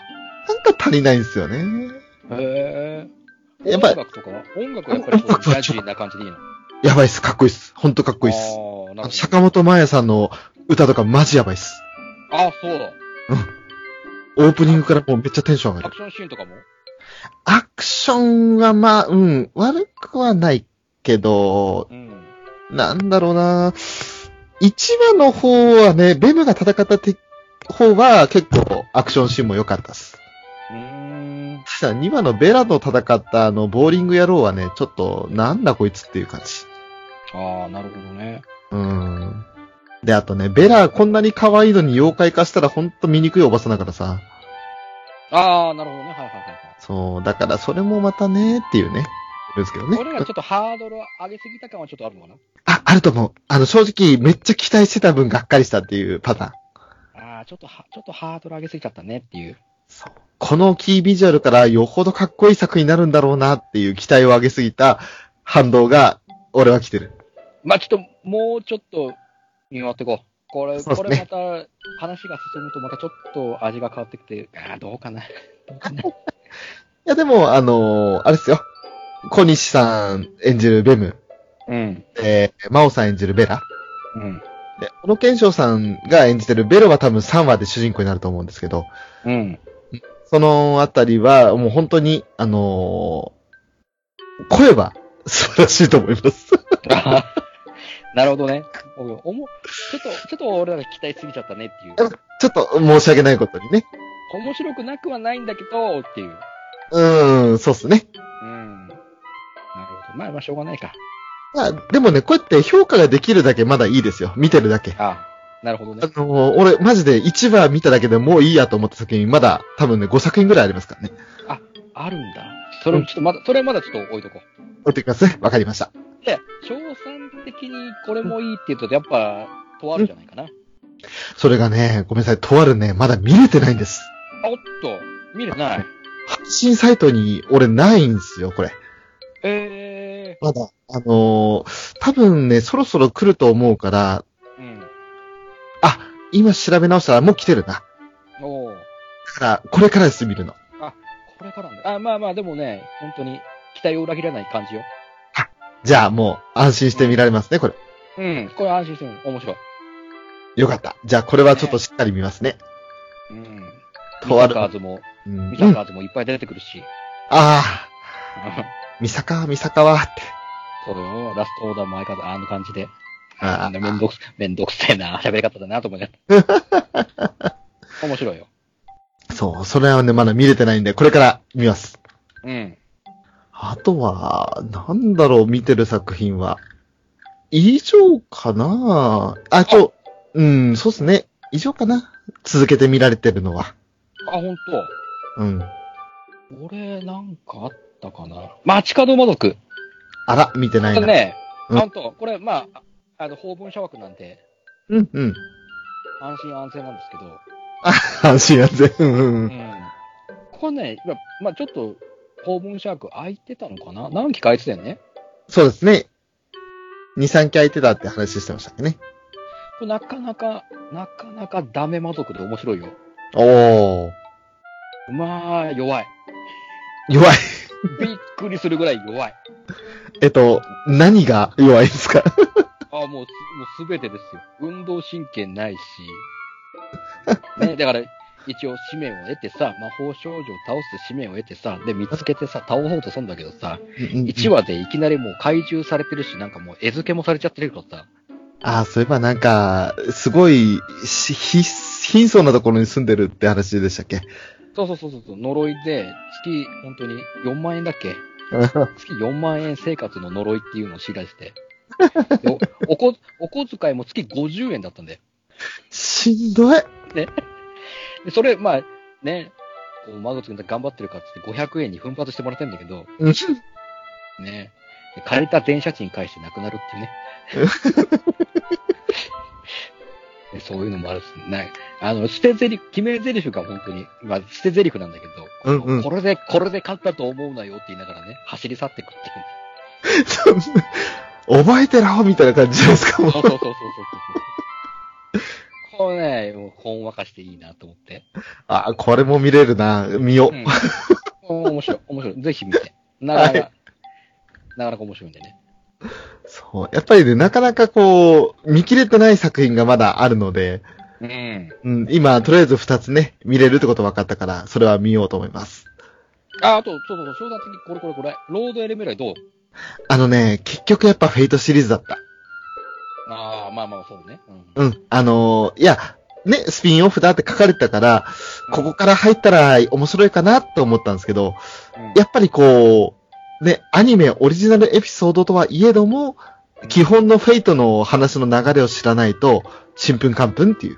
足りないんですよね。へえ。やっぱ音楽とかは音楽はやっぱりそうジャジーな感じでいいの。かっやばいっす、かっこいいっす。ほんとかっこいいっあす。ーなるほあどの坂本真綾さんの歌とかマジやばいっす。ああ、そうだ。オープニングからもうめっちゃテンション上がアる。クションシーンとかもアクションはまあ、うん、悪くはないけど、うん。なんだろうな一話の方はね、ベムが戦ったて方は結構アクションシーンも良かったっす。うーん。さあ、2話のベラと戦ったあの、ボーリング野郎はね、ちょっと、なんだこいつっていう感じ。ああ、なるほどね。うーん。で、あとね、ベラこんなに可愛いのに妖怪化したらほんと醜いおばさんだからさ。ああ、なるほどね。はいはいはいはい。そう、だからそれもまたね、っていうね。ですけどねこ。れがちょっとハードルを上げすぎた感はちょっとあるのかな。あ、あると思う。あの、正直、めっちゃ期待してた分がっかりしたっていうパターン。ああ、ちょっとは、ちょっとハードル上げすぎちゃったねっていう。そう。このキービジュアルからよほどかっこいい作品になるんだろうなっていう期待を上げすぎた反動が、俺は来てる。まあちょっと、もうちょっと、見終わってこう。これ、そうっすこねれまた、話が進むとまたちょっと味が変わってきて、ああ、どうかな。どうかな。いや、でも、あのーあれですよ。小西さん演じるベム、うん。えー、真央さん演じるベラ。うん。で、小野賢章さんが演じてるベロは多分3話で主人公になると思うんですけど、うん。 そのあたりは、もう本当に、あのー声は素晴らしいと思います。 あーなるほどね。おおもちょっと、ちょっと俺らが期待しすぎちゃったねっていう。ちょっと申し訳ないことにね。面白くなくはないんだけど、っていう。うーん、そうっすね。うん。なるほど。まあまあ、しょうがないか。まあ、でもね、こうやって評価ができるだけまだいいですよ。見てるだけ。あああなるほどね。のー俺、マジで1話見ただけでもういいやと思った作品、まだ多分ね、5作品ぐらいありますからね。あるんだ。それもちょっとまだ、それはまだちょっと置いとこう。おってください。わかりました。で、賞賛的にこれもいいって言うと、やっぱ、とあるじゃないかな。それがね、ごめんなさい、とあるね、まだ見れてないんです。あおっと、見れてない。発信サイトに俺ないんですよ、これ。えまだ。あのー多分ね、そろそろ来ると思うから、ー、うん。あ、今調べ直したらもう来てるな。だおーから、これからです、見るの。これからなんだ。あ、まあまあ、でもね、本当に、期待を裏切らない感じよ。じゃあもう安心して見られますね、これ。うん。これ安心してる。面白い。よかった。じゃあこれはちょっとしっかり見ますね。うん。とあるミサカーズも、うん。ミうサん、カあーズもいっぱい出てくるし。あー、ミサカ、ミサカはって。 それを、ラストオーダーも相方、あの感じで。あめんどく、めんどくせえな、 喋り方だなと思いなが ら。面白いよ。そう、それはね、まだ見れてないんで、これから見ます。うん。あとは、なんだろう、見てる作品は。以上かなあ、と、うん、そうっすね。以上かな続けて見られてるのは。あ、本当。うん。俺、なんかあったかな。街角魔族。あら、見てなあいとな。ね、うんあんと、これ、まあ、あの、法文社枠なんで、うん、うん。 安心安全なんですけど、安心安全。うんうんう。うんん。これね、まあまあ、ちょっと、法文社枠空いてたのかな何期か空いてたよね。そうですね。2、3回空いてたって話してましたっけね。これなかなか、なかなかダメ魔族で面白いよ。おー。まあ、弱い。弱い。びっくりするぐらい弱い。えっと、何が弱いですかああ、もうつ、もうすべてですよ。運動神経ないし。ね、だから、一応、使命を得てさ、魔法少女を倒して使命を得てさ、で、見つけてさ、倒そうとすんだけどさ、1。話でいきなりもう怪獣されてるし、なんかもう絵付けもされちゃってるからさ、ああ、そういえばなんか、すごい、しひ、貧相なところに住んでるって話でしたっけそうそうそうそう、呪いで、月、本当に4万円だっけ月4万円生活の呪いっていうのを知らせ て。でおおこお小遣いも月50円だったんだよ。しんどい。 でそれ、まあ、ね、こう、マグツ君が頑張ってるからって言って500円に奮発してもらってんだけど、うんね、で借りた電車賃返してなくなるっていうね。 でそういうのもあるし、ね、あの、捨て台詞、決め台詞が本当に、まあ、捨て台詞なんだけど、うんうんこれで、これで勝ったと思うなよって言いながらね、走り去ってくっていう。覚えてろみたいな感じですかもうそうそうそうそうそうそう。 これね、もうほんわかしていいなと思って。ああ、これも見れるな。見よう。うん。お面白い、面白い。ぜひ見て。なかなか、はなかなか面白いんでね。そう。やっぱりね、なかなかこう、見切れてない作品がまだあるので、うん。うん、今、とりあえず2つね、見れるってこと分かったから、それは見ようと思います。あ、あと、そうそうそう、商談的にこれこれこれ。ロードエレメライどうあのね、結局やっぱフェイトシリーズだった。ああ、まあまあ、そうね。うん。うん。あのーいや、ね、スピンオフだって書かれてたから、ここから入ったら面白いかなと思ったんですけど、うんやっぱりこう、ね、アニメオリジナルエピソードとはいえども、基本のフェイトの話の流れを知らないと、ちんぷんかんぷんっていう。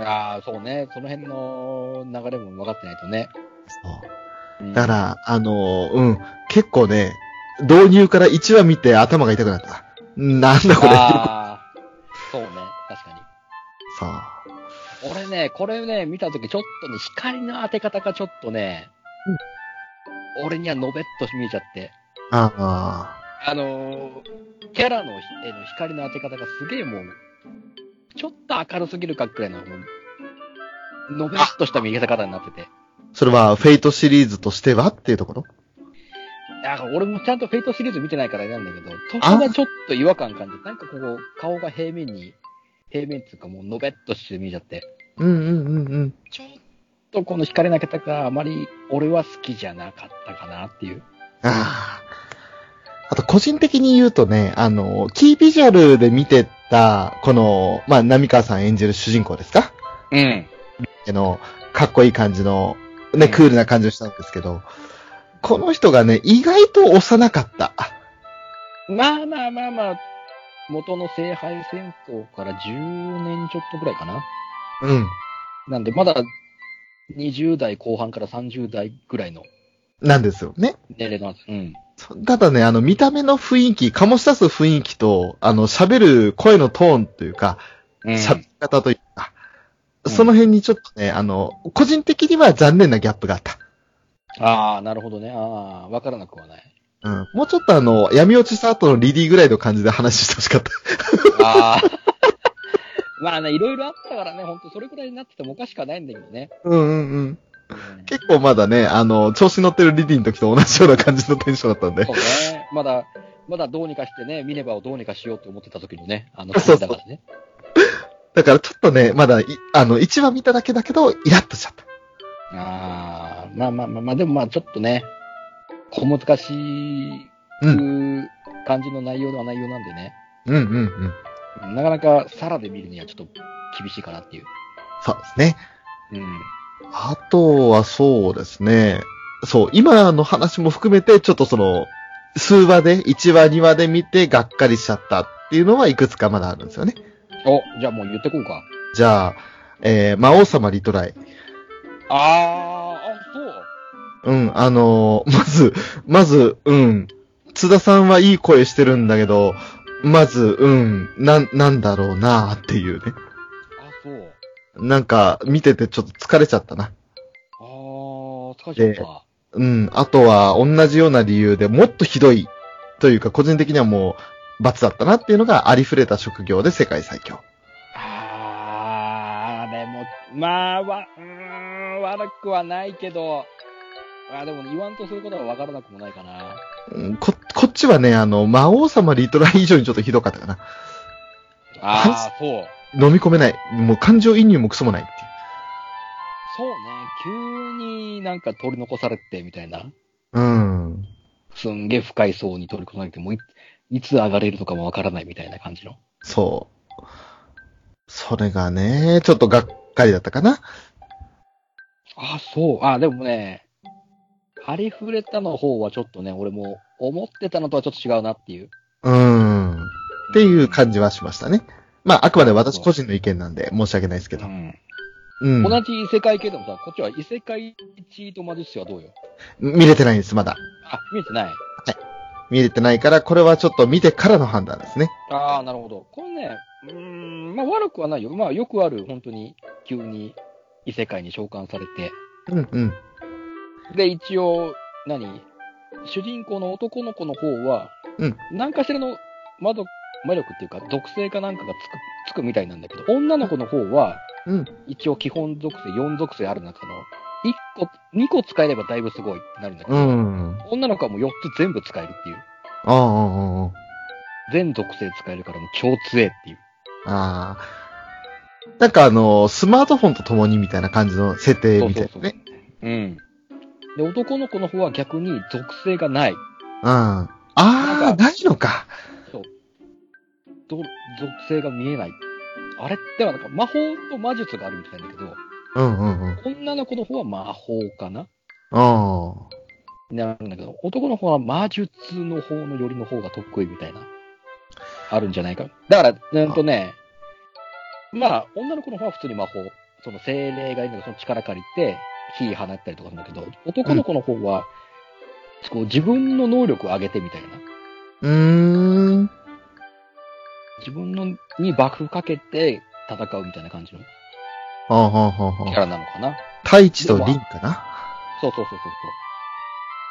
ああ、そうね。その辺の流れも分かってないとね。うんだから、あのーうん、結構ね、導入から1話見て頭が痛くなった。なんだこれ。ああ、そうね。確かに。そう。俺ね、これね、見たときちょっとね、光の当て方がちょっとね、俺にはのべっと見えちゃって、ああ、あのーキャラのへの光の当て方がすげえもう、ちょっと明るすぎるかくらいの、もうのべっとした見え方になってて。それはフェイトシリーズとしてはっていうところだから俺もちゃんとフェイトシリーズ見てないからあれなんだけど、途中がちょっと違和感感じて、なんかこう、顔が平面に、平面っていうかもうのべっとして見えちゃって。うんうんうんうん。ちょっとこの光の方があまり俺は好きじゃなかったかなっていう。ああ。あと、個人的に言うとね、あの、キービジュアルで見てた、この、まあ、波川さん演じる主人公ですかうん。あの、かっこいい感じの、ね、クールな感じをしたんですけど、この人がね、意外と幼かった。まあまあまあまあ、元の聖杯戦争から10年ちょっとぐらいかな。うん。なんでまだ20代後半から30代ぐらいのなんですよね。年齢なんです。うん。ただね、あの、見た目の雰囲気、醸し出す雰囲気と、あの、喋る声のトーンというか、喋り方というか、うんその辺にちょっとね、あの、個人的には残念なギャップがあった。ああ、なるほどね。ああ、わからなくはない。うん。もうちょっとあの、闇落ちした後のリリーぐらいの感じで話してほしかった。ああ。 まあね、いろいろあったからね、本当それぐらいになっててもおかしくはないんだけどね。うんうんうん。うん結構まだね、あの、調子乗ってるリリーの時と同じような感じのテンションだったんでそ。うね。まだ、まだどうにかしてね、ミネバをどうにかしようと思ってた時のね、あの、そうそうだからね。だからちょっとね、まだい、あの、1話見ただけだけど、イラッとしちゃった。ああ、まあまあまあまあ、でもまあちょっとね、小難しいうん。感じの内容では内容なんでね、うんうんうん。なかなかサラで見るにはちょっと厳しいかなっていう。そうですね。うん。あとはそうですね。そう、今の話も含めて、ちょっとその、数話で、1話、2話で見て、がっかりしちゃったっていうのはいくつかまだあるんですよね。お、じゃあもう言ってこうか。じゃあ、えー、魔王様リトライ。ああ、あ、そう。うん、あのーま ず、まず、うん。津田さんはいい声してるんだけど、まず、うん、な、なんだろうなーっていうね。あ、そう。なんか、見ててちょっと疲れちゃったな。あー、疲れちゃった。うん、あとは、同じような理由でもっとひどい、というか、個人的にはもう、罰だったなっていうのがありふれた職業で世界最強。あー、でも、まあ、わ、うーん、悪くはないけど、あーでも、言わんとすることは分からなくもないかな。うん、こ、こっちはね、あの、魔王様リトライ以上にちょっとひどかったかな。あー、そう。飲み込めない。もう感情移入もクソもないっていう。そうね、急になんか取り残されてみたいな。うん。すんげえ深い層に取り込まれて、もういいつ上がれるとかもわからないみたいな感じの。そう。それがね、ちょっとがっかりだったかな。あ、そう。あ、でもね、張り触れたの方はちょっとね、俺も思ってたのとはちょっと違うなっていう。うん。っていう感じはしましたね。まあ、あくまで私個人の意見なんで申し訳ないですけうど。ん。うん。同じ異世界系でもさ、こっちは異世界チート魔術師はどうよ。見れてないんです、まだ。あ、見えてない。見れてないから、これはちょっと見てからの判断ですね。ああ、なるほど。これね、うーん、まあ悪くはないよ。まあよくある、本当に急に異世界に召喚されて、うんうん。で、一応、何主人公の男の子の方は、うん何かしらの魔力、魔力っていうか、属性かなんかがつく、つくみたいなんだけど、女の子の方は、うん一応基本属性、4属性ある中の、1個、2個使えればだいぶすごいってなるんだけうど、ん。あ女の子はもう4つ全部使えるっていう。あ、あ全属性使えるからもう超強えっていう。あ、ああ。なんかあの、スマートフォンと共にみたいな感じの設定みたいなね。うん。で、男の子の方は逆に属性がない。うん。あなあん、かないのか。ど属性が見えない。あれってはなんか魔法と魔術があるみたいなんだけど、うんうんうん。女の子の方は魔法かなああ。なるんだけど、男の方は魔術の方のよりの方が得意みたいな、あるんじゃないか。だから、うんとね、まあ、女の子の方は普通に魔法、その精霊がいるので、その力借りて、火放ったりとかするんだけど、男の子の方は、こう自分の能力を上げてみたいな。うーん。自分のにバフかけて戦うみたいな感じのはあはあはあキャはあ。ラなのかな。太一と凛かなそうそうそうそう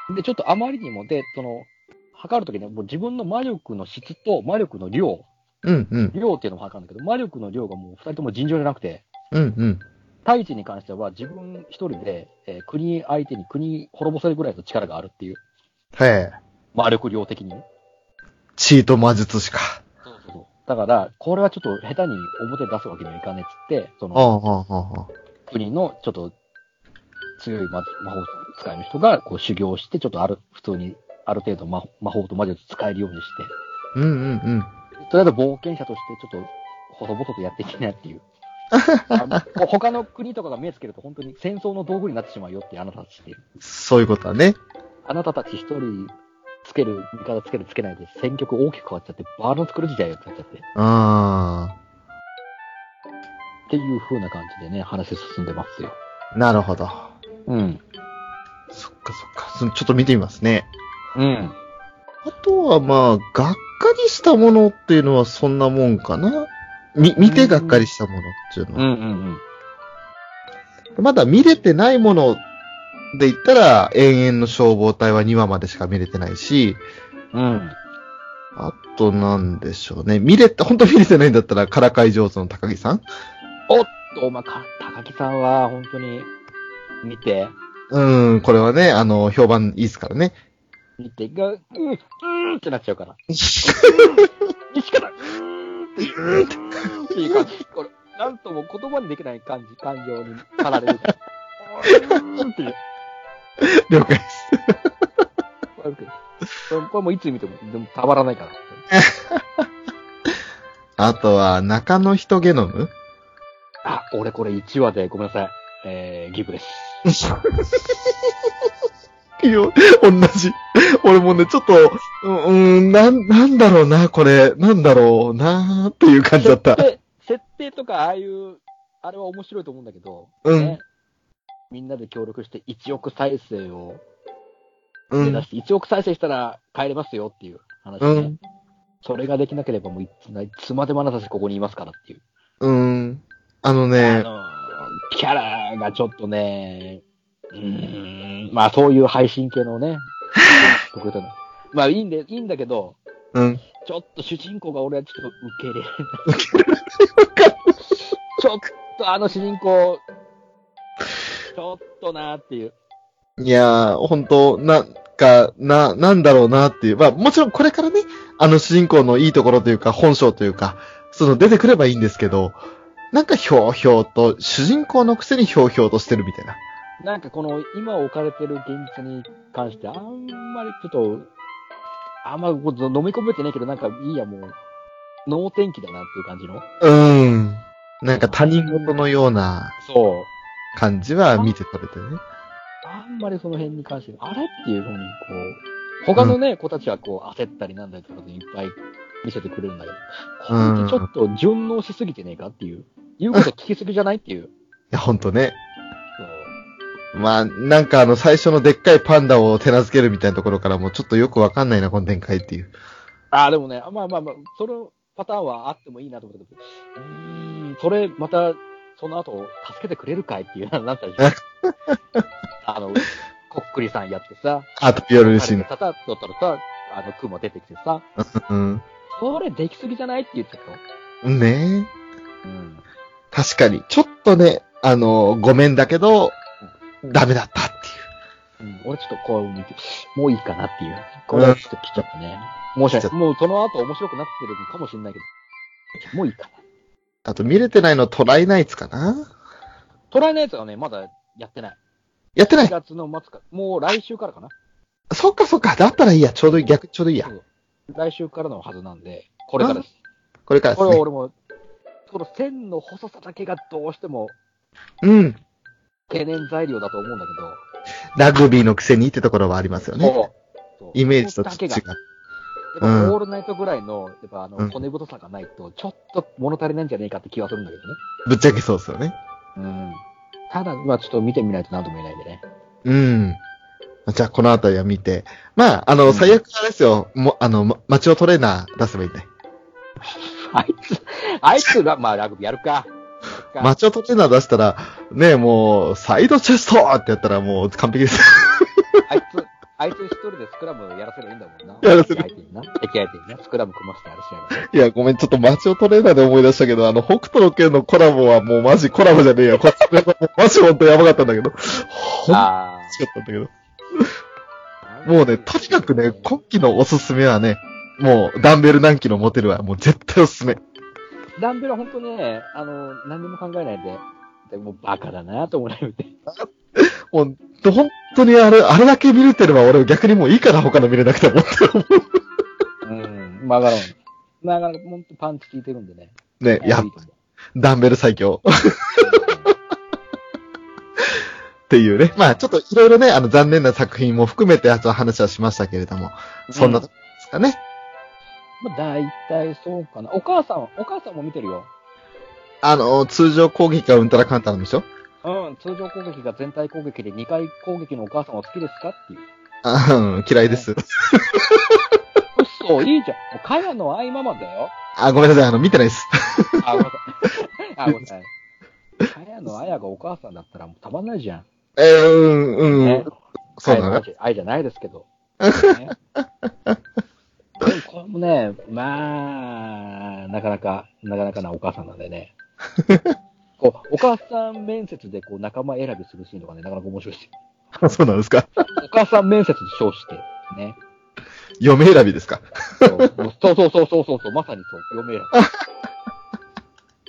そう。で、ちょっとあまりにも、で、その、測るときに、もう自分の魔力の質と魔力の量、うんうん。量っていうのも測るんだけど、魔力の量がもう二人とも尋常じゃなくて、うんうん。太一に関しては自分一人で、えー国相手に国滅ぼせるぐらいの力があるっていう、へえ。魔力量的にね。チート魔術師か。そうそうそう。だから、これはちょっと下手に表出すわけにはいかねえっつって、そあの、あ、はあ、はあ。国のちょっと強い魔魔法使いの人がこう修行して、ちょっとある、普通にある程度魔魔法と魔術使えるようにして、うんうんうん。とりあえず冒険者としてちょっと、細々とやっていきなっていう。あの他の国とかが目つけると本当に戦争の道具になってしまうよっていうあなたたちっていう。そういうことだね。あなたたち一人つける、味方つけるつけないで戦局大きく変わっちゃって、バーの作る時代をやっちゃって。っあていう風な感じでね、話進んでますよ。あ、なるほど。うん。そっかそっか。そちょっと見てみますね。うん。あとはまあ、がっかりしたものっていうのはそんなもんかな。み、見てがっかりしたものっていうのうんうは。んうん。まだ見れてないもので言ったら、永遠の消防隊は2話までしか見れてないし、うん。あとなんでしょうね。見れて、本当見れてないんだったら、からかい上手の高木さんおまか、高木さんは本当に見て、うん、これはね、あの、評判いいですからね。 見て、が、うん、うんってなっちゃうから。西から、うーんっていう、うーんっていう感じ。これ、なんとも言葉にできない感じ、感情に駆られる。うーんっていう。了解です。これもういつ見ても、でもたまらないから。あとは、中野人ゲノム あ、俺これ1話で、ごめんなさい。えー、ギブです。いや、同じ。俺もね、ちょっと、うんうん、なん、なんだろうな、これ、なんだろうな、っていう感じだった。設定、設定とか、ああいう、あれは面白いと思うんだけど、うんねみんなで協力して1億再生をう目ん指。して、1億再生したら帰れますよっていう話うで、ん。それができなければもういつないつまでもあなたたちここにいますからっていう。うん。あのあね、のキャラがちょっとね、うーん、まあそういう配信系の ね、僕とのまあいいんで、いいんだけど、うん。ちょっと主人公が俺はちょっと受け入れられない。 ちょっとあの主人公、ちょっとなーっていう。いやー、本当なんか、な、なんだろうなっていう。まあ、もちろんこれからね、あの主人公のいいところというか、本性というか、その出てくればいいんですけど、なんかひょうひょうと、主人公のくせにひょうひょうとしてるみたいな。なんかこの今置かれてる現実に関して、あんまりちょっと、あんまこう飲み込めてないけど、なんかいいや、もう、脳天気だなっていう感じの。うーん。なんか他人事のようなそう。感じは見て取れてね。あんまりその辺に関して、あれっていうふうに、こう、他のね、子たちはこう、焦ったりなんだりとかでいっぱい見せてくれるんだけど、こいつちょっと順応しすぎてねえかっていう、言うこと聞きすぎじゃないっていう。いや、ほんとね。まあ、なんかあの、最初のでっかいパンダを手なずけるみたいなところからも、ちょっとよくわかんないな、この展開っていう。ああ、でもね、まあまあまあ、そのパターンはあってもいいなと思ったけど、うーん、それまた、その後、助けてくれるかいっていう、なったでしょ。 あの、こっくりさんやってさ、あと、ピオルルシーンたた取ったらさ、あの、雲出てきてさ、の。それできすぎじゃないって言ってたうの。ん。ねえ。うん。確かに。ちょっとね、あの、ごめんだけど、ダメだったってうん、俺ちょっとこう見て、もういいかなっていう。これはちょっと来ちゃったね。申し訳ない。もうその後面白くなってるのかもしれないけど、もういいかな。いう。あと、見れてないのトライナイツかなトライのやつはね、まだやってない。やってな4い月の末か、もう来週からかな。そっかそっか。だったらいいや。ちょうどいい。逆、ちょうどいいやそ。う来週からのはずなんで、これからです。これからでこすれはね。俺も、この線の細さだけがどうしてもうん。懸念材料だと思うんだけラグビーのくせにってところはありますよど、ね。そうイメージとだ違けうが。。やっうぱんオールナイトぐらいの、やっぱあうんの、骨太さがないと、ちょっと物足りないんじゃねえかって気はするんだけどぶっちゃけそうですよね。ね。うん。ただ、まあちょっと見てみないと何とも言えないんでね。 うん。じゃあ、このあたりは見て。まあ、あの、ん最悪あれですよ。もう、あの、まマチオトレーナー出せばいいね。あいつ、あいつが、まあラグビーやる か。やるかマチオトレーナー出したら、ねえ、もう、サイドチェストってやったらもう完璧です。あいつ、あいつ一人でスクラムやらせればいいんだもんな。やらせる敵相手にな。敵相手にな。スクラム組ませてあれしないいや、ごめん、ちょっとマチオトレーナーで思い出したけど、あの、北斗の拳のコラボはもうマジコラボじゃねえよ。こっちもうマジ本当やばかったんだけど。ほんとあしかったんだけど。あ。もうね、とにかくね、今期のおすすめはね、もう、ダンベル何キロ持てるわ。もう絶対おすすめ。ダンベルは本当ね、あの、何にも考えないで、でもバカだなと思って。もう、本当にあれ、あれだけ見れてれば俺逆にもういいから他の見れなくてもって思う。うん、曲がらん。なかなか本当パンチ効いてるんでね。ね、いやいい、と思うダンベル最強。っていうね。まあ、ちょっといろいろね、あの、残念な作品も含めて、あと話はしましたけれども、そんなとこですかね。まあ、大体そうかな。お母さんは、お母さんも見てるよ。あの、通常攻撃がうんたらかんたらでしょうん、通常攻撃が全体攻撃で2回攻撃のお母さんは好きですかっていう。あ うん、嫌いです。嘘、いいじゃん。もう、かやの合間まだよ。あ、ごめんなさい、あの、見てないです。 あ、ごめんなさい。あ、ごめんなさい。かやのあやがお母さんだったらもうたまんないじゃん。えー、うん、うんね。そうなの愛愛じゃないですけ ど。ねでもこれもね、まあ、なかなか、なかなかなお母さんなんで ね。こうお母さん面接でこう仲間選びするシーンとかね、なかなか面白いですよ。あ そうなんですかお母さん面接と称して、ね。嫁選びですかそうそうそうそうそうそう、まさにそう、読める。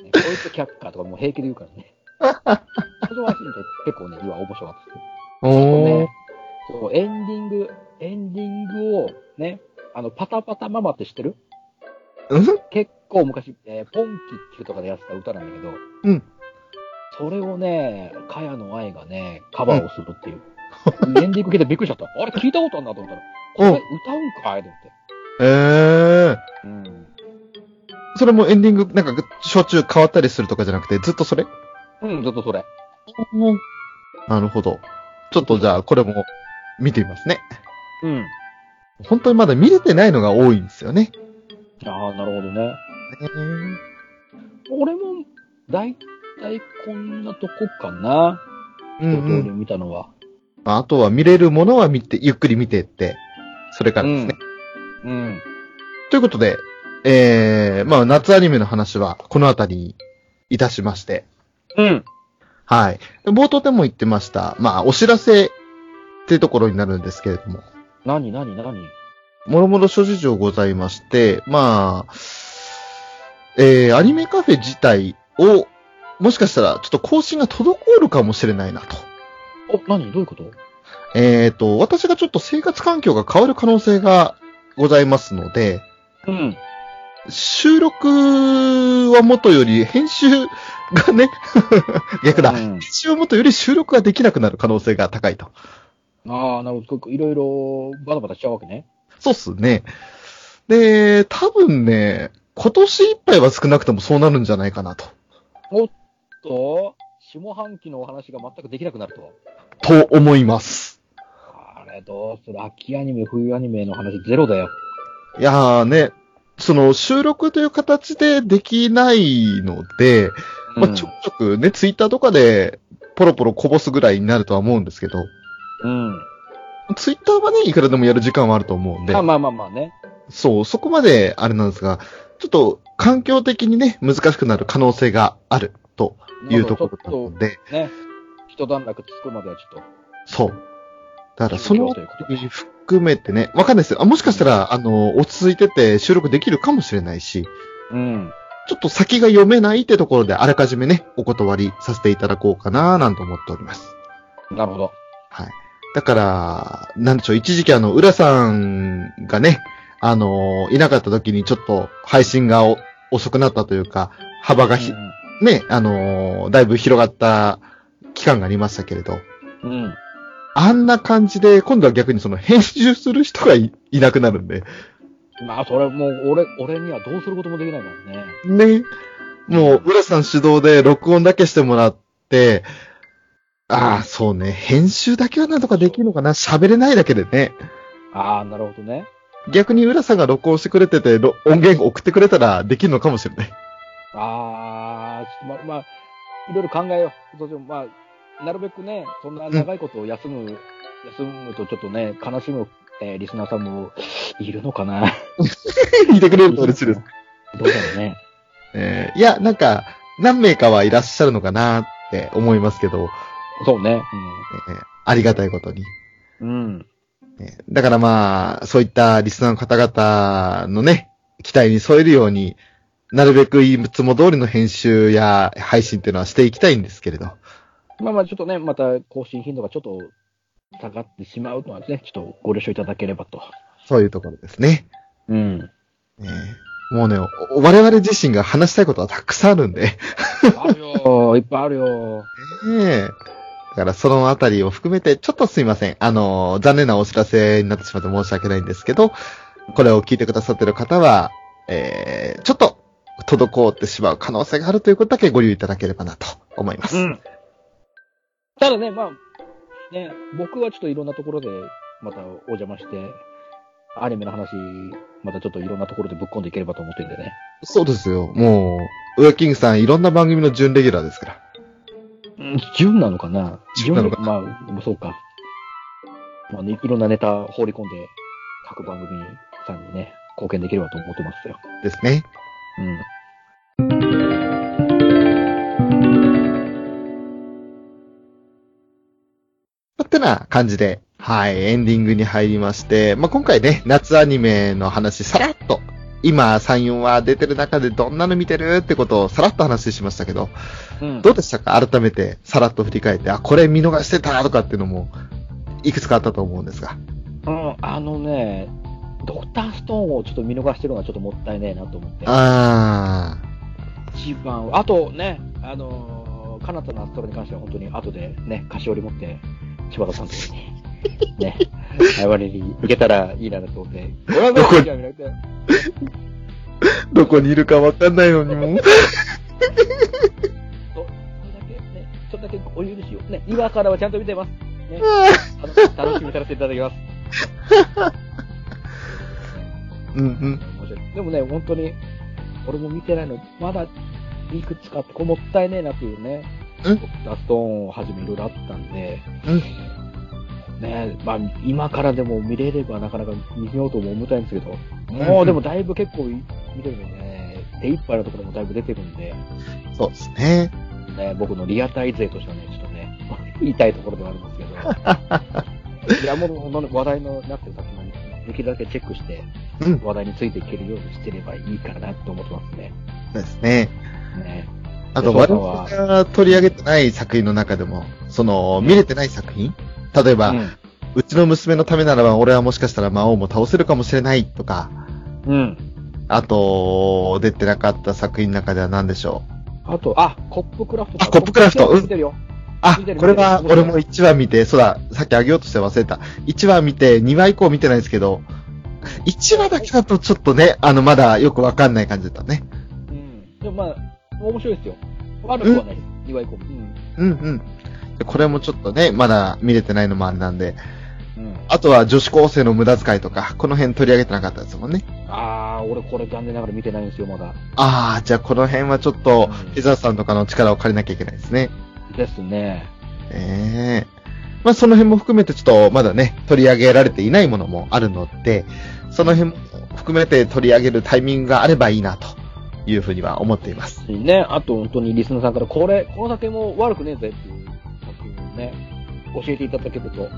ねこいつ却下とかもう平気で言うからね。それは結構ね、今面白かったですね。おーね。そう、エンディング、エンディングを、ね、あの、パタパタママって知ってるうん結構昔、えーポンキッキュとかでやってた歌なんだけど、うん。それをね、かやの愛がね、カバーをするっていう。エンディング聞いてびっくりしちゃった。あれ聞いたことあるなと思ったら、これうん歌うんかいとえー。思って。うん。それもエンディング、なんか、しょっちゅう変わったりするとかじゃなくて、ずっとそれうん、ずっとそれ。なるほど。ちょっとじゃあ、これも見てみますね。うん。本当にまだ見れてないのが多いんですよね。ああ、なるほどね。俺も、だいたいこんなとこかな。うん一通うりん。見たのは。あとは見れるものは見て、ゆっくり見てって、それからですね。うん。ということで、えー、まあ夏アニメの話はこのあたりにいたしまして、うん。はい。冒頭でも言ってました、まあお知らせっていうところになるんですけれども、なになになにもろもろ諸事情ございまして、まあ、えー、アニメカフェ自体を、もしかしたらちょっと更新が滞るかもしれないなと。お、なにどういうことえーと、私がちょっと生活環境が変わる可能性がございますので、うん。収録は元より編集がね、 逆だ。う編ん集は元より収録ができなくなる可能性が高いと。ああ、なるほど。いろいろ、バタバタしちゃうわけね。そうっすね。で、多分ね、今年いっぱいは少なくともそうなるんじゃないかなと。と、下半期のお話が全くできなくなると。と思います。あれ、どうする秋アニメ、冬アニメの話ゼロだよ。いやーね、その収録という形でできないので、まあ、ちょくちょくね、ツイッターとかでポロポロこぼすぐらいになるとは思うんですけど、うん。ツイッターはね、いくらでもやる時間はあると思うんで。まあまあまあまあね。そう、そこまであれなんですが、ちょっと環境的にね、難しくなる可能性があるというとこちょろっなので、とね、一段落つくまではちょっそう。だかと、らその慎重ということで含めてね、わかんないですよ。あもしかしたら、あの、落ち着いてて収録できるかもしれないし、うん。ちょっと先が読めないってところであらかじめね、お断りさせていただこうかななんて思っております。なるほど。はい。だから、なんでしょう、一時期あの、浦さんがね、あの、いなかった時にちょっと配信がお遅くなったというか、幅がひ、ね、あのーだいぶ広がった期間がありましたけれど、うん。うんあんな感じで、今度は逆にその編集する人がいいなくなるんで、まあ、それもう、俺、俺にはどうすることもできないからね。ね、もう、浦さん主導で録音だけしてもらって、ああ、そうね、編集だけはなんとかできるのかな、喋れないだけでね。ああ、なるほどね。逆に浦さんが録音してくれてて、ろ音源送ってくれたらできるのかもしれない。 ああ、ちょっとま、まあ、いろいろ考えよう。どうしようまあ、なるべくね、そんな長いことを休む、休むとちょっとね、悲しむ、えーリスナーさんもいるのかな。いてくれると嬉しいです。どうだろうね。えーいや、なんか、何名かはいらっしゃるのかなって思いますけど、そうね。えーありがたいことに。うん。うん。ねだからまあ、そういったリスナーの方々のね、期待に添えるように、なるべくいつも通りの編集や配信っていうのはしていきたいんですけれど。まあまあ、ちょっとね、また更新頻度がちょっと下がってしまうのはね、ちょっとご了承いただければと。そういうところですね。うん。ねもうね、お我々自身が話したいことはたくさんあるんで。あるよ、いっぱいあるよ。ねえ。だからそのあたりを含めて、ちょっとすいません。あの、残念なお知らせになってしまって申し訳ないんですけど、これを聞いてくださってる方は、えー、ちょっと、滞ってしまう可能性があるということだけご留意いただければなと思います。うん。ただね、まあ、ね、僕はちょっといろんなところで、またお邪魔して、アニメの話、またちょっといろんなところでぶっ込んでいければと思ってるんでね。そうですよ。もう、ウエキングさんいろんな番組の準レギュラーですから。うん、純なのかな純なのか純まあ、でもそうか。まあね、いろんなネタ放り込んで、各番組さんにね、貢献できればと思ってますよ。ですね。うん。ってな感じで、はい、エンディングに入りまして、まあ、今回ね、夏アニメの話さらっと、今3、4話出てる中でどんなの見てるってことをさらっと話しましたけど、うんどうでしたか改めて、さらっと振り返って、あ、これ見逃してたとかっていうのも、いくつかあったと思うんですが。うん、あのね、ドクターストーンをちょっと見逃してるのはちょっともったいねえなと思って。あ一番は、あとね、あのー、かなたのアストロに関しては本当に後でね、菓子折り持って、柴田さんとかに、ね、我々に行けたらいいなと思って。俺はどこにじゃあ見られてー、 どこにいるかわかんないのにも。そうそれだけね、ちょょっとだけお許しを。ね、今からはちゃんと見てます。ね、楽し楽しみにさせていただきます。うんうん。面白いでもね、本当に、俺も見てないの、まだいくつかあって、これもったいねえなっていうね、うんダストーンをはじめいろいろあったんで、うんねえまあ、今からでも見れればなかなか見ようとも思いたいんですけど、もうでもだいぶ結構見てるんでね、手一杯のところもだいぶ出てるんで、そうですね。ね、僕のリアタイ勢としてはね、ちょっとね、 言いたいところではあるんです けど、いや、もう本当に話題のなってる作品はできるだけチェックして、うん。話題についていけるようにしてればいいかなと思ってますね。そうですね。ねあと、そう我そう々が取り上げてない作品の中でも、その、見れてない作品例えば、ううんちの娘のためならば、俺はもしかしたら魔王も倒せるかもしれないとか、うん。あと、出てなかった作品の中では何でしょう。あと、あ、コップクラフトだあコップクラフトうん見てるよ。あ見て、るこれは見てる俺も1話見て、そうだ、さっきあげようとして忘れた。1話見て、2話以降見てないんですけど、1話だけだとちょっとね、あの、まだよくわかんない感じだったね。うん。でもまあ、面白いですよ。悪くはないです。岩井コップ。うん。うんうん。でこれもちょっとね、まだ見れてないのもあれなんで、うん。あとは女子高生の無駄遣いとか、この辺取り上げてなかったですもんね。あー、俺これ残念ながら見てないんですよ、まだ。あー、じゃあこの辺はちょっとうん、ピザさんとかの力を借りなきゃいけないですね。ですね。ええまあその辺も含めてちょっとまだね、取り上げられていないものもあるので、その辺も含めて取り上げるタイミングがあればいいなというふうには思っています。ね、あと本当にリスナーさんから、これ、この酒も悪くねえぜっていう作品をね、教えていただけると。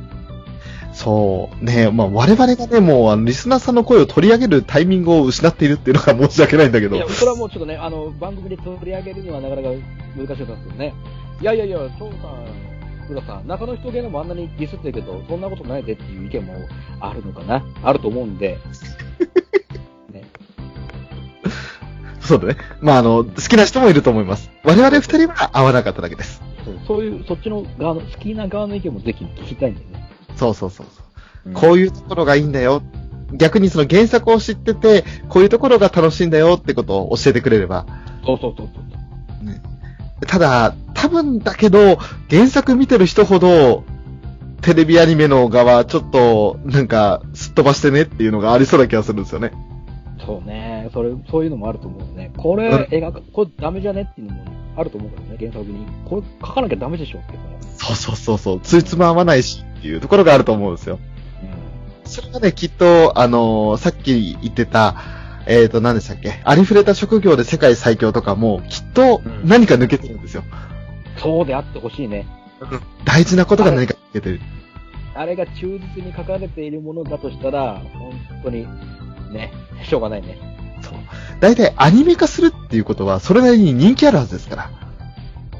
そう。ねまあ我々がね、もうあのリスナーさんの声を取り上げるタイミングを失っているっていうのが申し訳ないんだけどい。や、それはもうちょっとね、あの、番組で取り上げるにはなかなか難しかったんですけどね。いやいやいや、翔さん、浦さん、中野人芸でもあんなにディスってるけど、そんなことないでっていう意見もあるのかなあると思うんで。そうだね。まああの、好きな人もいると思います。我々二人は合わなかっただけです。そうそういう、そっちの側の、好きな側の意見もぜひ聞きたいんでね。そうそうそうそう。うんこういうところがいいんだよ。逆にその原作を知ってて、こういうところが楽しいんだよってことを教えてくれれば。そうそうそうそう。ただ、多分だけど、原作見てる人ほど、テレビアニメの側、ちょっと、なんか、すっ飛ばしてねっていうのがありそうな気がするんですよね。そうね、それ、そういうのもあると思うね。これうん、映画、これダメじゃねっていうのもあると思うからね、原作に。これ書かなきゃダメでしょっていうのも。そうそうそうそう。ついつま合わないしっていうところがあると思うんですよ。うんそれがね、きっと、あのーさっき言ってた、えっ、と、何でしたっけありふれた職業で世界最強とかも、きっとうん何か抜けてるんですよ。そうであってほしいね。大事なことが何か抜けてる。あれが忠実に書かれているものだとしたら、本当に、ね、しょうがないね。そう。大体アニメ化するっていうことは、それなりに人気あるはずですから。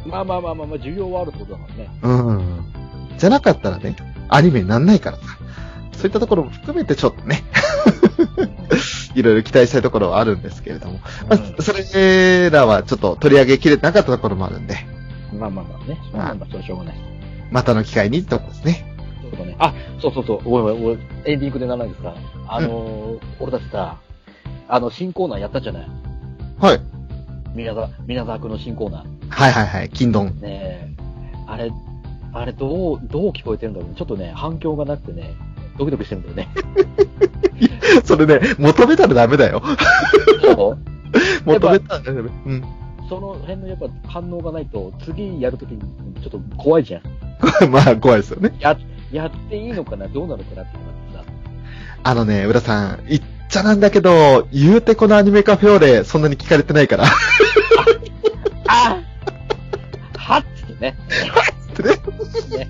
まあまあまあまあ、まあ、需要はあるってことだからね。うん。じゃなかったらね、アニメになんないからさ。そういったところも含めてちょっとね、 いろいろ期待したいところはあるんですけれども。まあそれらはちょっと取り上げきれてなかったところもあるんで、まあまあまあね。まあまあまあ、それはしょうがない。またの機会にってことですね。そうだね。あ、そうそうそう。ごめんごめん。俺、エンディングでならないですか。あのー俺たちさ、あの、新コーナーやったじゃない。はい。皆沢、皆沢君の新コーナー。はいはいはい。金ドン。ねえ。あれ、あれ、どう、どう聞こえてるんだろう。ちょっとね、反響がなくてね、ドキドキしてるんだよね。 それね、求めたらダメだよ。そう求めたらダメ。うん。 その辺のやっぱ反応がないと、次やるときにちょっと怖いじゃん。まあ、怖いですよね。や、やっていいのかなどうなのかなってなってあのね、浦さん、言っちゃなんだけど、言うてこのアニメカフェオレ、そんなに聞かれてないから。 さ。あはっつってね。ねね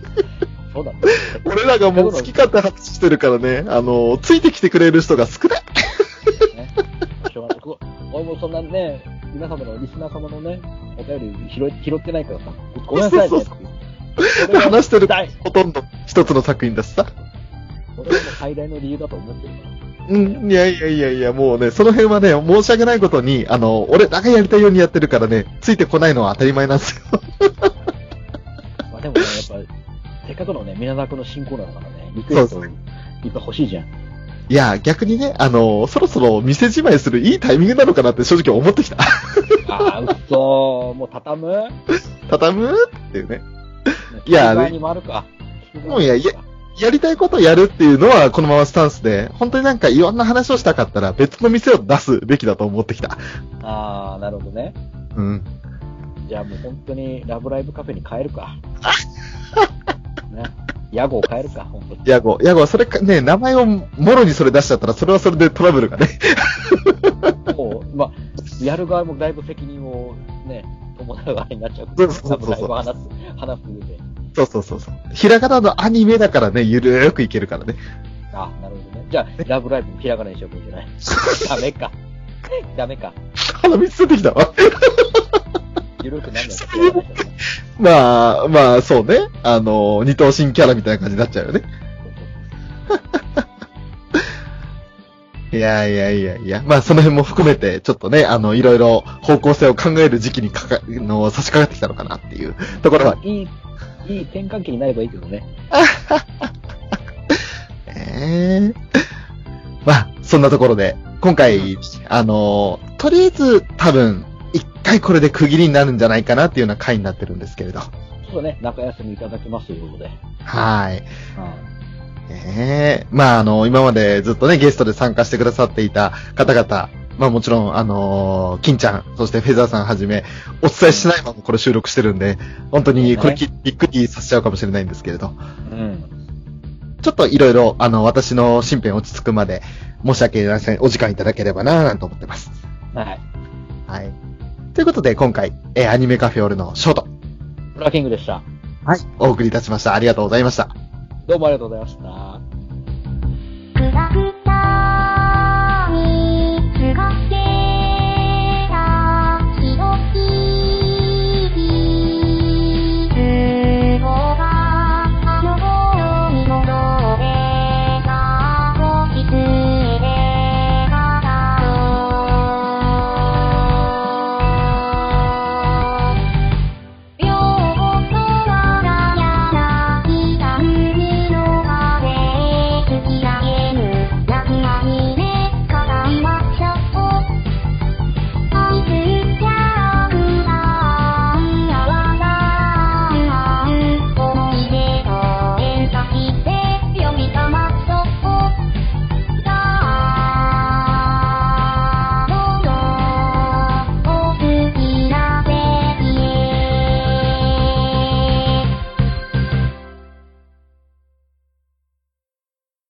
そうだね。俺らがもう好き勝手発してるからね、あの、ついてきてくれる人が少ない。ねしょうがない。俺もそんなね、皆様の、リスナー様のね、お便り拾い拾ってないからさ、ごめんなさいねっていう。それが話してる大ほとんど一つの作品だしさ。それが最大の理由だと思ってるかうら。ん、いやいやいやいや、もうね、その辺はね、申し訳ないことに、あの、俺らがやりたいようにやってるからね、ついてこないのは当たり前なんですよ。 まあでもね、やっぱ、せっかくのね、皆沢君の新コーナーだからね、リクエストいっぱい欲しいじゃん。いや、逆にね、あの、そろそろ店じまいするいいタイミングなのかなって正直思ってきた。 あー、うっそー。もう畳む畳むっていうね。いや聞く側にもあるか。聞く側にいやいややりたいことをやるっていうのはこのままスタンスで、本当になんかいろんな話をしたかったら別の店を出すべきだと思ってきた。ああ、なるほどね。うん。じゃあもう本当にラブライブカフェに変え るか。ね。屋号変えるか、本当に。ヤゴ、ヤゴはそれかね、名前をもろにそれ出しちゃったら、それはそれでトラブルがね。 もう、まあ、やる側もだいぶ責任をね、伴う側になっちゃう。そうそうそうそうだいぶ話す、話す上で。そうそうそうそう。ひらがなのアニメだからね、ゆるーくいけるからね。 あ、なるほどね。じゃあ、ラブライブもひらがなにしようかいいんじ ゃないダメか。ダメか。鼻水出てきたわ。 ゆるくなんないと変わらないからねまあ、まあ、そうね。あの、二等身キャラみたいな感じになっちゃうよね。そうそういやいやいやいや。まあ、その辺も含めて、ちょっとね、あの、いろいろ方向性を考える時期にかか、の、差し掛かってきたのかなっていうところは。いい、いい転換期になればいいけどね。ええまあ、そんなところで、今回、あの、とりあえず、多分、一回これで区切りになるんじゃないかなっていうような回になってるんですけれど。ちょっとね、中休みいただきますということで。はい。うんええまあ、あの、今までずっとね、ゲストで参加してくださっていた方々、まあもちろん、あのー金ちゃん、そしてフェザーさんはじめ、お伝えしないままこれ収録してるんで、本当にこれきびっくりさせちゃうかもしれないんですけれど、。うん。ちょっといろいろ、あの、私の身辺落ち着くまで、申し訳ありません、お時間いただければなぁなんて思ってます。はい。はい。ということで、今回、えーアニメカフェオレのショート、ブラキングでした。はい、お送りいたしました。ありがとうございました。どうもありがとうございました。